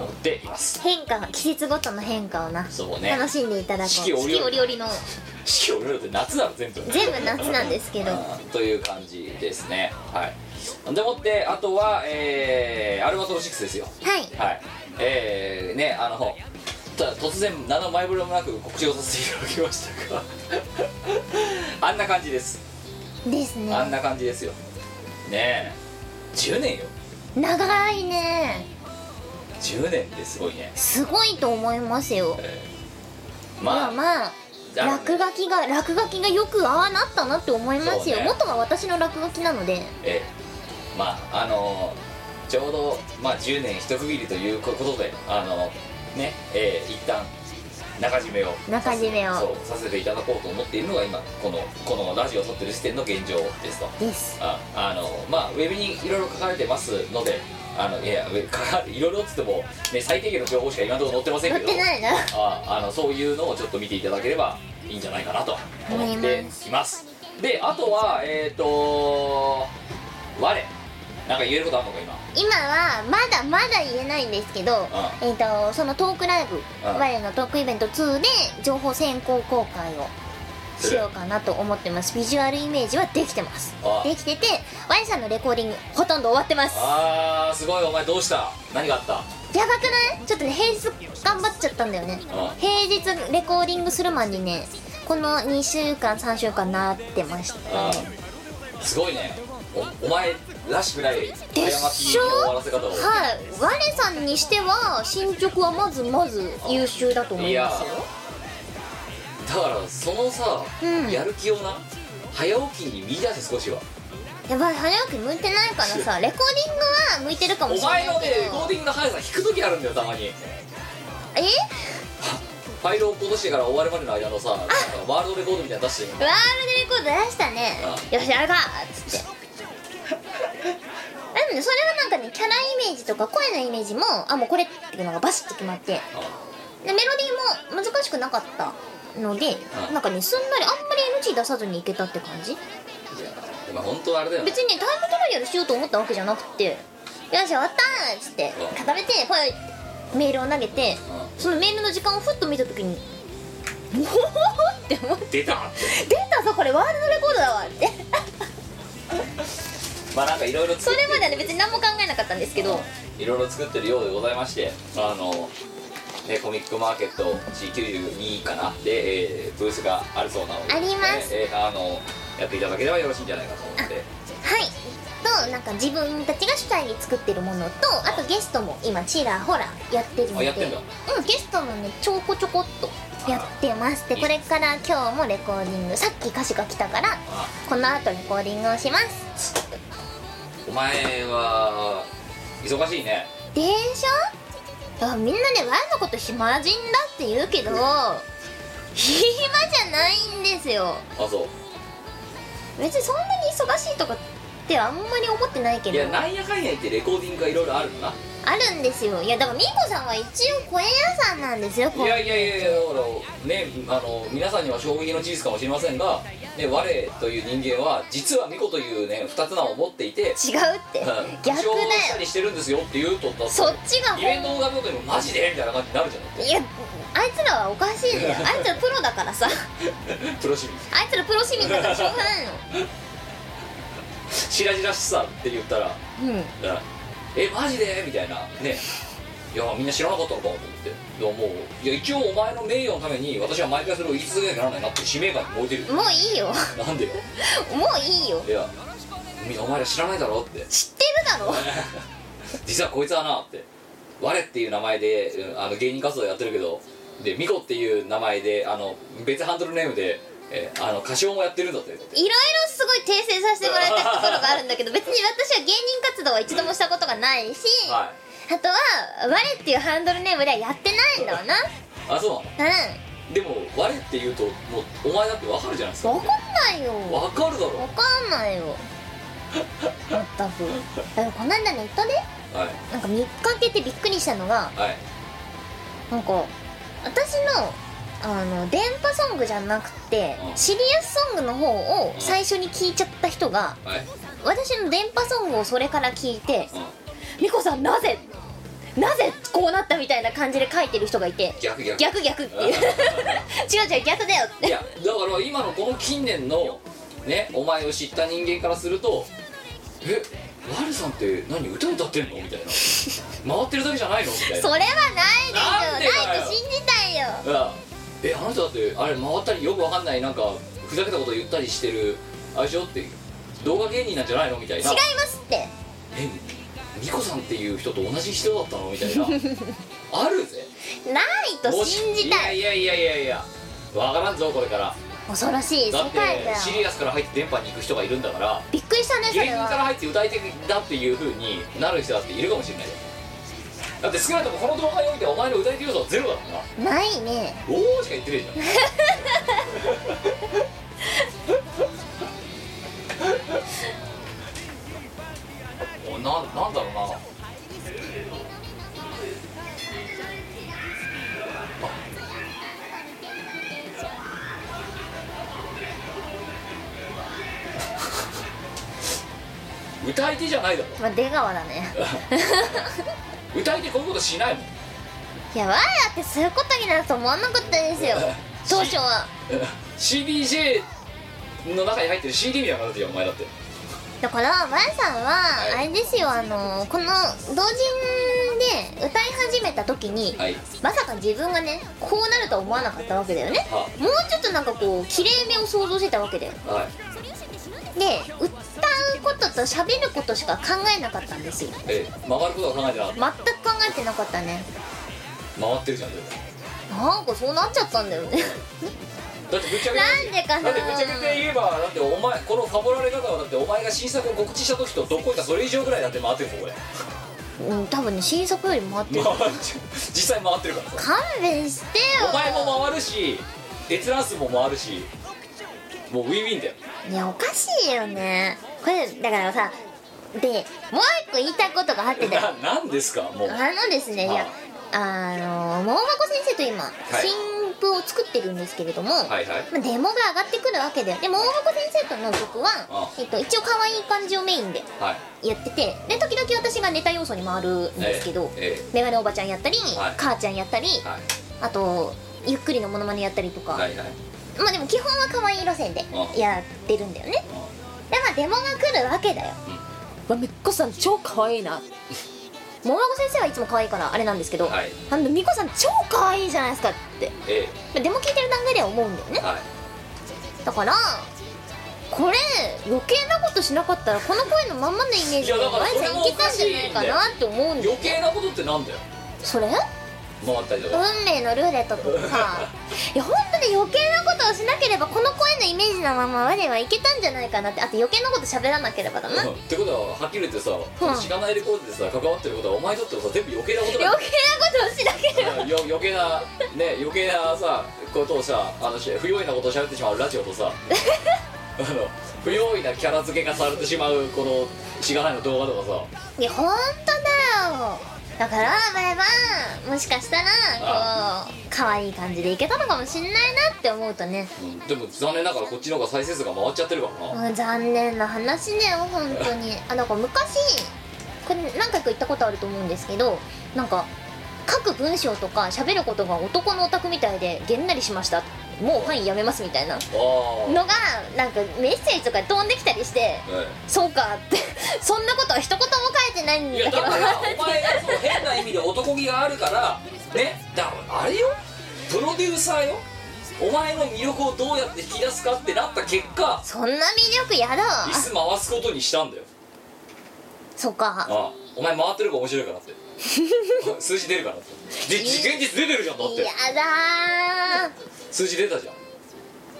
[SPEAKER 3] 思っています
[SPEAKER 4] 変化が季節ごとの変化をな、
[SPEAKER 3] そうね
[SPEAKER 4] 楽しんでいただこう
[SPEAKER 3] 四
[SPEAKER 4] 四
[SPEAKER 3] 季
[SPEAKER 4] 季
[SPEAKER 3] 折々
[SPEAKER 4] 折々の
[SPEAKER 3] 四季折々って夏だろ全部
[SPEAKER 4] 全部夏なんです
[SPEAKER 3] <laughs>
[SPEAKER 4] けどは
[SPEAKER 3] あーという感じですねはいでもってあとはえー、アルバトロ6ですよ
[SPEAKER 4] い
[SPEAKER 3] はいえー、ねあのただ突然何の前触れもなく告知をさせていただきましたが <laughs> あんな感じです
[SPEAKER 4] ですね
[SPEAKER 3] あんな感じですよねえ10年よ
[SPEAKER 4] 長いね
[SPEAKER 3] 10年ってすごいね、
[SPEAKER 4] すごいと思いますよ
[SPEAKER 3] えー
[SPEAKER 4] ま
[SPEAKER 3] ま
[SPEAKER 4] あ
[SPEAKER 3] あ
[SPEAKER 4] まあ
[SPEAKER 3] あの
[SPEAKER 4] 落書きが落書きがよくああなったなって思います
[SPEAKER 3] そう
[SPEAKER 4] よ、
[SPEAKER 3] ね
[SPEAKER 4] 元は私の落書きなので
[SPEAKER 3] えーまああのーちょうど、まあ、10年一区切りということであのねえー一旦中締めを
[SPEAKER 4] 中締めを
[SPEAKER 3] そうさせていただこうと思っているのが今このこのラジオを撮ってる時点の現状ですと
[SPEAKER 4] です
[SPEAKER 3] ああのまあウェブにいろいろ書かれてますのであのいやウェブ書かいろいろっつっても、ね、最低限の情報しか今のところ載ってません
[SPEAKER 4] 載
[SPEAKER 3] け
[SPEAKER 4] っ
[SPEAKER 3] ど
[SPEAKER 4] てないな
[SPEAKER 3] ああのそういうのをちょっと見ていただければいいんじゃないかなと思っていますであとはえっ、と我なんか言えることあんのか今
[SPEAKER 4] 今はまだまだ言えないんですけど、えっ、とそのトークライブ、
[SPEAKER 3] ん
[SPEAKER 4] 我のトークイベント2で情報先行公開をしようかなと思ってますビジュアルイメージはできてます
[SPEAKER 3] あ
[SPEAKER 4] できてて Y さんのレコーディングほとんど終わってますや
[SPEAKER 3] あーすごいお前どうした何があった
[SPEAKER 4] ばくないちょっとね平日頑張っちゃったんだよね
[SPEAKER 3] あ
[SPEAKER 4] 平日レコーディングするまでにねこの2週間3週間なってました
[SPEAKER 3] あ
[SPEAKER 4] ね
[SPEAKER 3] ーすごいねおお前らしくない過ち
[SPEAKER 4] でしょ
[SPEAKER 3] の終わらせ方を
[SPEAKER 4] はい我さんにしては進捗はまずまず優秀だと思いますよ
[SPEAKER 3] だからそのさ、
[SPEAKER 4] うん
[SPEAKER 3] やる気をな早起きに見出せ少しは
[SPEAKER 4] やばい早く向いてないからさレコーディングは向いてるかも
[SPEAKER 3] お
[SPEAKER 4] しれない
[SPEAKER 3] 前
[SPEAKER 4] け
[SPEAKER 3] のねレコ
[SPEAKER 4] ど
[SPEAKER 3] ーディングの速さ引く時あるんだよたまに
[SPEAKER 4] え
[SPEAKER 3] ファイルを落っことしてから終わるまでの間のさなんかワールドレコードみたいなの出してる
[SPEAKER 4] ワールドレコード出したね
[SPEAKER 3] う
[SPEAKER 4] よしやるかっつってでもねそれはなんかねキャライメージとか声のイメージもあもうこれっていうのがバシッと決まってでメロディーも難しくなかったので
[SPEAKER 3] うん
[SPEAKER 4] なんかねすんなりあんまり NG 出さずにいけたって感じ
[SPEAKER 3] いやまあ本当はあれだよね
[SPEAKER 4] 別にねタイムトライアルしようと思ったわけじゃなくて「よし終わった!」っつって
[SPEAKER 3] うん
[SPEAKER 4] 固めてほいメールを投げて
[SPEAKER 3] う
[SPEAKER 4] そのメールの時間をふっと見た時に「おお!」って思って
[SPEAKER 3] ん出たっ
[SPEAKER 4] 「
[SPEAKER 3] て
[SPEAKER 4] 出たぞこれワールドレコードだわ」って
[SPEAKER 3] まあなんかいろいろ
[SPEAKER 4] そ
[SPEAKER 3] 作って
[SPEAKER 4] れまではね別に何も考えなかったんですけど
[SPEAKER 3] いろいろ作ってるようでございましてあのえーコミックマーケット C92 かなで、えーブースがあるそうなので
[SPEAKER 4] あります
[SPEAKER 3] えーえーあのやっていただければよろしいんじゃないかと思って
[SPEAKER 4] はいとなんか自分たちが主体に作ってるものとあとゲストも今ちらほらやってるの
[SPEAKER 3] あ
[SPEAKER 4] で
[SPEAKER 3] やってんだ
[SPEAKER 4] うんゲストもねちょこちょこっとやってますで
[SPEAKER 3] あ
[SPEAKER 4] これから今日もレコーディングさっき歌詞が来たから
[SPEAKER 3] あ
[SPEAKER 4] この後レコーディングをします
[SPEAKER 3] お前は忙しいね
[SPEAKER 4] でしょあみんなねワンのこと暇人だって言うけど暇じゃないんですよ
[SPEAKER 3] あそ
[SPEAKER 4] 別にそんなに忙しいとかってあんまり思ってないけ
[SPEAKER 3] うい
[SPEAKER 4] ど
[SPEAKER 3] やなんやかんや言ってレコーディングがいろいろあるんだ
[SPEAKER 4] あるんですよいやだからみーこさんは一応声屋さんなんですよ
[SPEAKER 3] いやいやいやいやだからねあの皆さんには衝撃の事実かもしれませんが、ね、我という人間は実は巫女というね二つ名を持っていて
[SPEAKER 4] 違うって
[SPEAKER 3] <laughs> うん
[SPEAKER 4] 逆だ
[SPEAKER 3] 口をした
[SPEAKER 4] よ
[SPEAKER 3] りしてるんですよって言うとった
[SPEAKER 4] そっちが本
[SPEAKER 3] イベントがどうでもマジでみたいな感じになるじゃんだっ
[SPEAKER 4] いやあいつらはおかしいんだよあいつらプロだからさ
[SPEAKER 3] てプロ市民
[SPEAKER 4] あいつらプロ市民だからしょうがないの
[SPEAKER 3] しらじらしさって言ったら「
[SPEAKER 4] うん
[SPEAKER 3] うんえマジで?」みたいなねいやみんな知らなかったのかと思っていやもういや一応お前の名誉のために私は毎回それを言い続けなきゃならないなっていう使命感に燃えてる
[SPEAKER 4] もういいよ
[SPEAKER 3] なんでよ
[SPEAKER 4] もういいよ
[SPEAKER 3] いやみんなお前ら知らないだろって
[SPEAKER 4] 知ってるだろ
[SPEAKER 3] 実はこいつはなって我っていう名前でうんあの芸人活動やってるけどでミコっていう名前であの別ハンドルネームで、えあの歌唱もやってるんだって
[SPEAKER 4] いろいろすごい訂正させてもらいたいところがあるんだけ
[SPEAKER 3] <laughs>
[SPEAKER 4] ど別に私は芸人活動は一度もしたことがないし、
[SPEAKER 3] はい
[SPEAKER 4] あとは「我」っていうハンドルネームではやってないんだわな
[SPEAKER 3] あそうなの
[SPEAKER 4] う
[SPEAKER 3] でも我って言うともうお前だってわかるじゃないですか
[SPEAKER 4] ん分かんないよ
[SPEAKER 3] わかるだろ
[SPEAKER 4] わかんないよまったくでもこの間ネットで
[SPEAKER 3] はい
[SPEAKER 4] なんか見かけてびっくりしたのが
[SPEAKER 3] はい
[SPEAKER 4] なんか私のあの電波ソングじゃなくて
[SPEAKER 3] うん
[SPEAKER 4] シリアスソングの方を最初に聞いちゃった人が
[SPEAKER 3] はい
[SPEAKER 4] 私の電波ソングをそれから聞いて
[SPEAKER 3] うん
[SPEAKER 4] 「ミコさんなぜなぜこうなった?」みたいな感じで書いてる人がいて
[SPEAKER 3] 逆逆
[SPEAKER 4] 逆逆
[SPEAKER 3] <laughs>
[SPEAKER 4] っていう違う違う逆だよっ
[SPEAKER 3] い
[SPEAKER 4] て
[SPEAKER 3] やだから今のこの近年のねお前を知った人間からすると「えワルさんって何歌歌ってんの?」みたいな「回ってるだけじゃないの?」みた
[SPEAKER 4] <laughs>
[SPEAKER 3] い
[SPEAKER 4] そ
[SPEAKER 3] な
[SPEAKER 4] れはないでし
[SPEAKER 3] なんでだ
[SPEAKER 4] ょ
[SPEAKER 3] よ
[SPEAKER 4] ないと信じたいよ
[SPEAKER 3] うん「えあなただってあれ回ったりよくわかんないなんかふざけたこと言ったりしてるあれでしょ?」って動画芸人なんじゃないのみたい
[SPEAKER 4] 違
[SPEAKER 3] ない
[SPEAKER 4] ますって
[SPEAKER 3] 「えミコさんっていう人と同じ人だったの?」み
[SPEAKER 4] <laughs>
[SPEAKER 3] たいなあるぜ
[SPEAKER 4] ないと信じたい
[SPEAKER 3] いやいやいやいやいやわからんぞこれから
[SPEAKER 4] 恐ろしい世
[SPEAKER 3] だっ
[SPEAKER 4] 界だ
[SPEAKER 3] て
[SPEAKER 4] よ
[SPEAKER 3] シリアスから入って電波に行く人がいるんだから
[SPEAKER 4] びっくりしたねそ
[SPEAKER 3] 芸
[SPEAKER 4] れ
[SPEAKER 3] 人から
[SPEAKER 4] は
[SPEAKER 3] 入って歌い手だっていうふうになる人だっているかもしれないよだって少なくともこの動画においてお前の歌い手要素はゼロだもんな
[SPEAKER 4] ないね
[SPEAKER 3] おおしか言ってねえじゃんおななんだろうなあ歌い手じゃないだろ
[SPEAKER 4] まあ出川だ
[SPEAKER 3] <laughs>
[SPEAKER 4] ね
[SPEAKER 3] 歌い手こういうことしないもん <laughs>
[SPEAKER 4] いやわやってそういうことになると思わなかったです
[SPEAKER 3] <laughs>
[SPEAKER 4] よ当初は
[SPEAKER 3] CBJ の中に入ってる CD みたいな形じゃんお前だって
[SPEAKER 4] だからわやさんはあ
[SPEAKER 3] はい
[SPEAKER 4] れですよあのこの同人で歌い始めた時に、
[SPEAKER 3] はい
[SPEAKER 4] まさか自分がねこうなるとは思わなかったわけだよね
[SPEAKER 3] は
[SPEAKER 4] もうちょっとなんかこう綺麗めを想像してたわけだよ
[SPEAKER 3] はい
[SPEAKER 4] で歌うことと喋ることしか考えなかったんですよ
[SPEAKER 3] え曲がることは考えてなかっ
[SPEAKER 4] 全く考えてなかったね
[SPEAKER 3] た回ってるじゃん全部
[SPEAKER 4] なんかそうなっちゃったんだよね <laughs>
[SPEAKER 3] だってぶっちゃけ
[SPEAKER 4] なんでかな
[SPEAKER 3] だってぶっちゃけて言えばだってお前このファボられ方はだってお前が新作を告知した時とどこいかそれ以上ぐらいだって回ってるもんこれ
[SPEAKER 4] うん多分ね新作より回ってる
[SPEAKER 3] 回って実際回ってるからさ
[SPEAKER 4] 勘弁してよ
[SPEAKER 3] お前も回るし閲覧数も回るしもうウィンウィンだよ
[SPEAKER 4] いやおかしいよねこれだからさでもう一個言いたいことがあってだよ
[SPEAKER 3] ななんですかもう
[SPEAKER 4] あのですねい
[SPEAKER 3] は
[SPEAKER 4] や
[SPEAKER 3] い
[SPEAKER 4] あの桃箱先生と今、新譜を作ってるんですけれども、
[SPEAKER 3] はいはい
[SPEAKER 4] まあ、デモが上がってくるわけでで桃箱先生との曲は
[SPEAKER 3] あ、
[SPEAKER 4] えっと、一応可愛い感じをメインで
[SPEAKER 3] はい
[SPEAKER 4] やっててで時々私がネタ要素に回るんですけど、
[SPEAKER 3] え
[SPEAKER 4] メガネおばちゃんやったり、
[SPEAKER 3] はい
[SPEAKER 4] 母ちゃんやったり、
[SPEAKER 3] えはい
[SPEAKER 4] あとゆっくりのモノマネやったりとか、
[SPEAKER 3] はいはい
[SPEAKER 4] まあでも基本は可愛い路線で
[SPEAKER 3] あ
[SPEAKER 4] やってるんだよねでまあデモが来るわけだよ
[SPEAKER 6] わめっこさん超可愛いな
[SPEAKER 4] 桃子先生はいつも可愛いからあれなんですけど、
[SPEAKER 3] はい
[SPEAKER 4] あの美子さん超可愛いじゃないですかって
[SPEAKER 3] え
[SPEAKER 4] でも聞いてる段階では思うんだよ
[SPEAKER 3] え
[SPEAKER 4] ね
[SPEAKER 3] はい
[SPEAKER 4] だからこれ余計なことしなかったらこの声のまんまのイメージで
[SPEAKER 3] いやだから
[SPEAKER 4] 前
[SPEAKER 3] それ
[SPEAKER 4] さん
[SPEAKER 3] も
[SPEAKER 4] いけたんじゃないかなって思うんだよ
[SPEAKER 3] 余計なことってなんだよ
[SPEAKER 4] それ
[SPEAKER 3] 回ったりとか
[SPEAKER 4] 運命のルーレットとかさいや本当に余計なことをしなければこの声のイメージのまま我はいけたんじゃないかなってあと余計なこと喋らなければだな
[SPEAKER 3] うんってことははっきり言ってさ、
[SPEAKER 4] ん
[SPEAKER 3] 知らないレコードでさ関わってることはお前にとってもさ全部余計なこと
[SPEAKER 4] 余計なこ
[SPEAKER 3] だ
[SPEAKER 4] とをしなければ
[SPEAKER 3] よ余計なね余計なさことをさあのし不用意なことを喋ってしまうラジオと <laughs> さあの不用意なキャラ付けがされてしまうこのしがないの動画とかさ
[SPEAKER 4] <laughs> いや本当だよだから前はもしかしたらこう可愛い感じでいけたのかもしんないなって思うとね
[SPEAKER 3] うんでも残念ながらこっちの方が再生数が回っちゃってるからな
[SPEAKER 4] もう残念な話ね本当にあなんか昔これ何回か言ったことあると思うんですけどなんか書く文章とか喋ることが男のオタクみたいでげんなりしましたもう範囲やめますみたいなの
[SPEAKER 3] あ
[SPEAKER 4] がなんかメッセージとかで飛んできたりして
[SPEAKER 3] あ、ね
[SPEAKER 4] そうかって <laughs> そんなことは一言も書いてないん
[SPEAKER 3] い
[SPEAKER 4] だ
[SPEAKER 3] や
[SPEAKER 4] けど
[SPEAKER 3] だからお前がそう変な意味で男気があるからねだからあれよプロデューサーよお前の魅力をどうやって引き出すかってなった結果
[SPEAKER 4] そんな魅力やだ
[SPEAKER 3] 椅子回すことにしたんだよ
[SPEAKER 4] そうか
[SPEAKER 3] ああお前回ってるから面白いからって
[SPEAKER 4] <laughs>
[SPEAKER 3] あ数字出るからってで現実出てるじゃんだって
[SPEAKER 4] やだー
[SPEAKER 3] 数字出たじゃん
[SPEAKER 4] い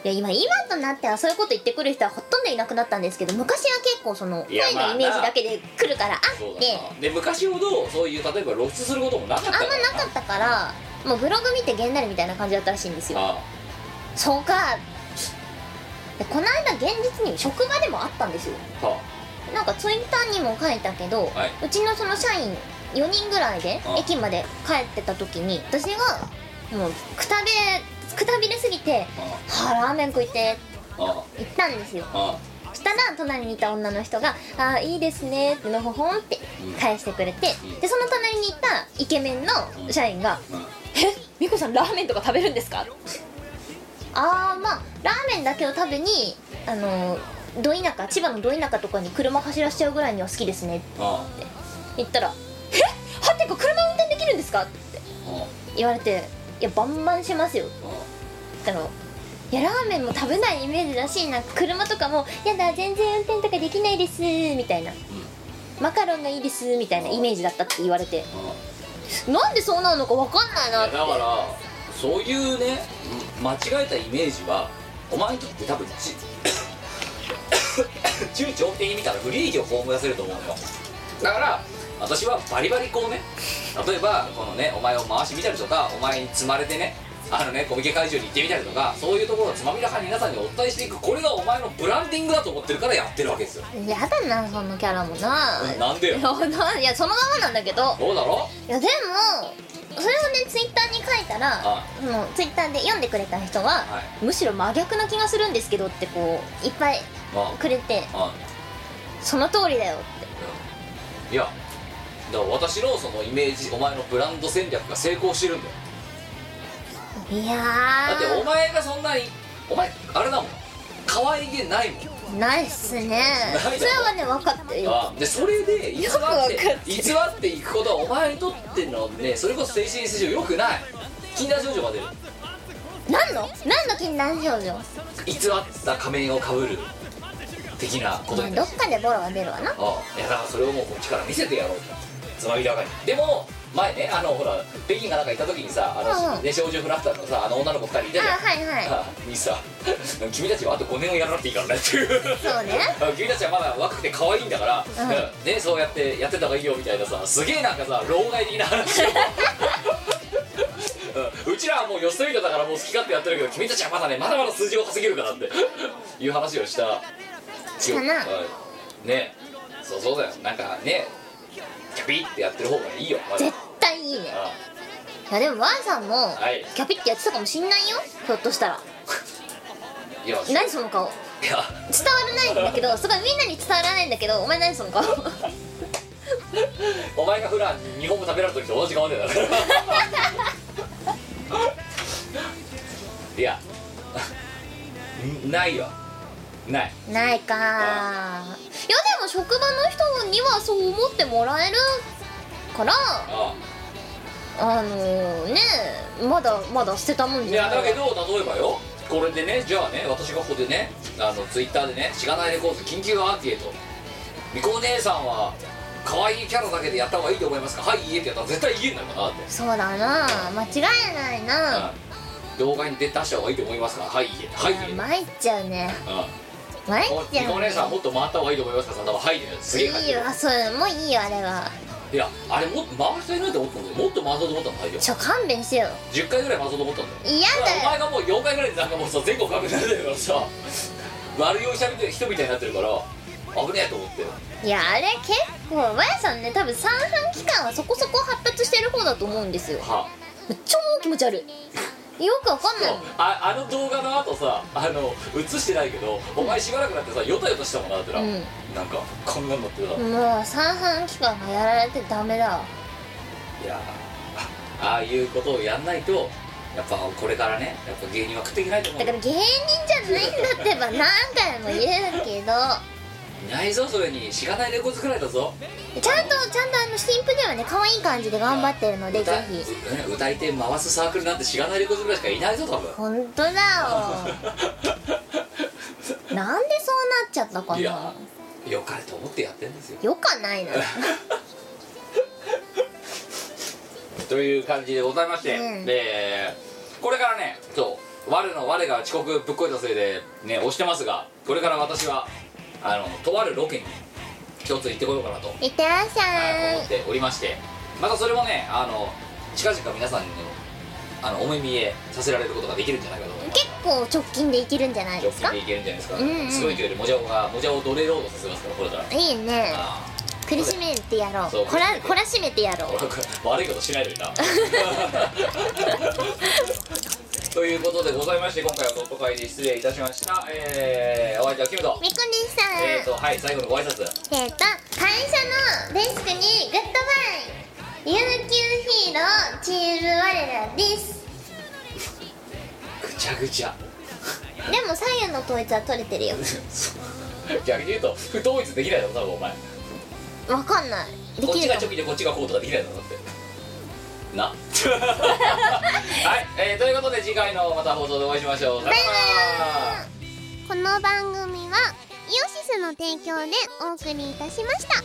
[SPEAKER 4] や今今となってはそういうこと言ってくる人はほとんどいなくなったんですけど昔は結構その
[SPEAKER 3] い
[SPEAKER 4] 声
[SPEAKER 3] や
[SPEAKER 4] のイメージだけで来るからあ
[SPEAKER 3] そう
[SPEAKER 4] で
[SPEAKER 3] だなで昔ほどそういう例えば露出することもなかった
[SPEAKER 4] あん
[SPEAKER 3] か
[SPEAKER 4] ま
[SPEAKER 3] ら
[SPEAKER 4] なかったからもうブログ見てげんなりみたいな感じだったらしいんですよ
[SPEAKER 3] あ
[SPEAKER 4] そうかでこの間現実に職場でもあったんですよ
[SPEAKER 3] あは
[SPEAKER 4] なんかツイッターにも書いたけど、
[SPEAKER 3] はいう
[SPEAKER 4] ちのその社員4人ぐらいで
[SPEAKER 3] あ
[SPEAKER 4] 駅まで帰ってた時に私がもうくたべくたびれすぎて「
[SPEAKER 3] あ
[SPEAKER 4] はあラーメン食いて」
[SPEAKER 3] ああ
[SPEAKER 4] 言ったんですよ
[SPEAKER 3] あああ
[SPEAKER 4] そしたら隣にいた女の人が「あーいいですね」ってのほほんって返してくれて
[SPEAKER 3] うん
[SPEAKER 4] でその隣にいたイケメンの社員が
[SPEAKER 3] うん
[SPEAKER 6] え美子さんラーメンとか食べるんですか
[SPEAKER 4] 「あーまあラーメンだけを食べにあのーど田舎千葉のど田舎とかに車走らしちゃうぐらいには好きですね」って
[SPEAKER 3] あ
[SPEAKER 4] 言ったら「えはてか車運転できるんですか?」って
[SPEAKER 3] あ
[SPEAKER 4] 言われて「いやバンバンしますよ」だろいやラーメンも食べないイメージだしなんか車とかも「やだ全然運転とかできないです」みたいな「マカロンがいいです」みたいなイメージだったって言われて
[SPEAKER 3] あああ
[SPEAKER 4] なんでそうなのか分かんないなっ
[SPEAKER 3] い
[SPEAKER 4] て
[SPEAKER 3] やだからそういうね間違えたイメージはお前にとって多分ち <coughs> 中長期的に見たら不利益を被らせると思うのよだから私はバリバリこうね例えばこのねお前を回してみたりとかお前に積まれてねあのねコミケ会場に行ってみたりとかそういうところをつまみらかに皆さんにお伝えしていくこれがお前のブランディングだと思ってるからやってるわけですよ
[SPEAKER 4] やだなそのキャラもな
[SPEAKER 3] なんで
[SPEAKER 4] <laughs>
[SPEAKER 3] よ
[SPEAKER 4] いやないやそのままなんだけど
[SPEAKER 3] どうだろ
[SPEAKER 4] いやでもそれをねツイッターに書いたら
[SPEAKER 3] あ
[SPEAKER 4] そのツイッターで読んでくれた人は、
[SPEAKER 3] は
[SPEAKER 4] むしろ真逆な気がするんですけどってこういっぱい
[SPEAKER 3] あ
[SPEAKER 4] くれて
[SPEAKER 3] あ
[SPEAKER 4] その通りだよ
[SPEAKER 3] いやだから私のそのイメージお前のブランド戦略が成功してるんだよ
[SPEAKER 4] い
[SPEAKER 3] だ
[SPEAKER 4] や
[SPEAKER 3] ってお前がそんなにお前あれだもん可愛げないもん
[SPEAKER 4] ーないっすね
[SPEAKER 3] ない
[SPEAKER 4] そ
[SPEAKER 3] だろ
[SPEAKER 4] れはね分かってるよ
[SPEAKER 3] あでそれで偽っ
[SPEAKER 4] よくわかって
[SPEAKER 3] て偽っていくことはお前にとってのねそれこそ精神性上よくない禁断症状が出る
[SPEAKER 4] 何の何の禁断症状
[SPEAKER 3] 偽った仮面をかぶる的なことに
[SPEAKER 4] ど
[SPEAKER 3] なる
[SPEAKER 4] っかでボロが出るわな
[SPEAKER 3] あいやだからそれをもうこっちから見せてやろうとつまみだかにでも前ねあのほら北京がなんか行った時にさあ
[SPEAKER 4] うんう
[SPEAKER 3] の、
[SPEAKER 4] ん
[SPEAKER 3] ね、少女フラッターのさあの女の子2人いたじ
[SPEAKER 4] あ
[SPEAKER 3] ゃん
[SPEAKER 4] はいはい
[SPEAKER 3] あにさ <laughs> 君たちはあと5年をやらなくていいからねっていう
[SPEAKER 4] そうね
[SPEAKER 3] <laughs> 君たちはまだ若くて可愛いんだから、
[SPEAKER 4] う
[SPEAKER 3] ねそうやってやってた方がいいよみたいなさすげえなんかさ老害的な話を <laughs> うんうちらはもうよそいだからもう好き勝手やってるけど君たちはまだねまだまだ数字を稼げるからっていう話をした
[SPEAKER 4] したな
[SPEAKER 3] はいねそうそうだよなんかねキャピってやってる方がいいよまだ
[SPEAKER 4] 絶対いいね
[SPEAKER 3] あ
[SPEAKER 4] いやでもワンさんも
[SPEAKER 3] はい
[SPEAKER 4] キャピってやってたかもしんないよひょっとしたら
[SPEAKER 3] いやいや
[SPEAKER 4] 何その顔伝わらないんだけどすごいみんなに伝わらないんだけどお前何そ <laughs> の顔
[SPEAKER 3] お前がフラン日本語食べられる時と同じ顔でだからいやんないよない
[SPEAKER 4] ないかーいやでも職場の人にはそう思ってもらえるから
[SPEAKER 3] あ
[SPEAKER 4] あのー、ねまだまだ捨てたもん
[SPEAKER 3] あい
[SPEAKER 4] じゃ
[SPEAKER 3] や
[SPEAKER 4] な
[SPEAKER 3] だ
[SPEAKER 4] い
[SPEAKER 3] けど例えばよこれでねじゃあね私がここでねあのツイッターでね「しがないレコーズ緊急アンケート」「みこお姉さんは可愛いキャラだけでやった方がいいと思いますか?」「はい言え」ってやったら絶対言えんだからだって
[SPEAKER 4] そうだな間違いないな
[SPEAKER 3] うん動画に出出した方がいいと思いますかはい言えはい言え
[SPEAKER 4] いや参っちゃうね
[SPEAKER 3] うん
[SPEAKER 4] 参っち
[SPEAKER 3] お
[SPEAKER 4] ゃ
[SPEAKER 3] お
[SPEAKER 4] う
[SPEAKER 3] 姉さんも
[SPEAKER 4] ね
[SPEAKER 3] っと回った方がいいと思いますかさん多分はいねすげえ書い
[SPEAKER 4] いい
[SPEAKER 3] てる
[SPEAKER 4] わそういうのもういいよあれはい
[SPEAKER 3] やあれもっと回したいなと思ったんだよもっと回そうと思ったんだよ
[SPEAKER 4] ちょ勘弁してよ
[SPEAKER 3] 10回ぐらい回そうと思ったんだよ
[SPEAKER 4] 嫌
[SPEAKER 3] お
[SPEAKER 4] だ
[SPEAKER 3] 前
[SPEAKER 4] よ
[SPEAKER 3] がもう4回ぐらいでなんかもうさ全国各地でからさ悪用した人みたいになってるから危ねえと思って
[SPEAKER 4] いやあれ結構わやさんね多分三半期間はそこそこ発達してる方だと思うんですよ
[SPEAKER 3] は
[SPEAKER 4] 超気持ち悪いよくわかんないもん
[SPEAKER 3] ああの動画の後さあの映してないけどお前しばらくなってさヨタヨタしたもんなだってな、
[SPEAKER 4] うん
[SPEAKER 3] なんかこんなんなってさ、
[SPEAKER 4] もう三半期間がやられてダメだわ
[SPEAKER 3] いやあああいうことをやんないとやっぱこれからねやっぱ芸人は食っていけないと思う
[SPEAKER 4] だから芸人じゃないんだってば何回も言うけど
[SPEAKER 3] いないぞそれにしがないレコーズくらいだぞ
[SPEAKER 4] ちゃんとちゃんとあの新婦ではね可愛い感じで頑張ってるのでぜ
[SPEAKER 3] 歌
[SPEAKER 4] ひ
[SPEAKER 3] うん歌い手回すサークルなんてしがないレコーズくらいしかいないぞ多分
[SPEAKER 4] 本当だよなんでそうなっちゃったか
[SPEAKER 3] いや
[SPEAKER 4] な
[SPEAKER 3] よかれと思ってやってるんですよ
[SPEAKER 4] よかないな
[SPEAKER 3] という感じでございまして、
[SPEAKER 4] うん
[SPEAKER 3] でこれからねそう我の我が遅刻ぶっこいたせいでね押してますがこれから私はあのとあるロケに一つ行ってこようかなと
[SPEAKER 4] いってらっし
[SPEAKER 3] はい
[SPEAKER 4] ゃ
[SPEAKER 3] 思っ
[SPEAKER 4] い
[SPEAKER 3] ておりましてまたそれもねあの近々皆さんにもあのお目見えさせられることができるんじゃないかと思います
[SPEAKER 4] 結構直近でいけるんじゃない
[SPEAKER 3] 直
[SPEAKER 4] です
[SPEAKER 3] 近
[SPEAKER 4] か
[SPEAKER 3] でいけるんじゃないですか、
[SPEAKER 4] うんうん
[SPEAKER 3] すごい勢いでもじゃおがもじゃおを奴隷労働させますからこれから
[SPEAKER 4] いいね
[SPEAKER 3] あ
[SPEAKER 4] 苦しめてやろ
[SPEAKER 3] そう
[SPEAKER 4] うこらこらしめてやろ
[SPEAKER 3] あ俺
[SPEAKER 4] う
[SPEAKER 3] これ悪いことしないのにな <laughs> ということでございまして今回はトップ会で失礼いたしましたえー、お相手はキムと
[SPEAKER 4] みこね
[SPEAKER 3] えー
[SPEAKER 4] さ
[SPEAKER 3] とはい最後のご挨拶
[SPEAKER 4] んえっ、と会社のデスクにグッドバイ琉球ヒーローチーム我らです
[SPEAKER 3] ぐちゃぐちゃ
[SPEAKER 4] でも左右の統一は取れてるよ
[SPEAKER 3] 逆に言うと不統一できないだろ多分お前
[SPEAKER 4] わかんないで
[SPEAKER 3] こっ
[SPEAKER 4] き
[SPEAKER 3] ち
[SPEAKER 4] る
[SPEAKER 3] が
[SPEAKER 4] か
[SPEAKER 3] チョ
[SPEAKER 4] も
[SPEAKER 3] キでこっちがこうとかできないのだってな <laughs> はい、えーということで次回のまた放送でお会いしましょうさよなら
[SPEAKER 1] この番組はイオシスの提供でお送りいたしました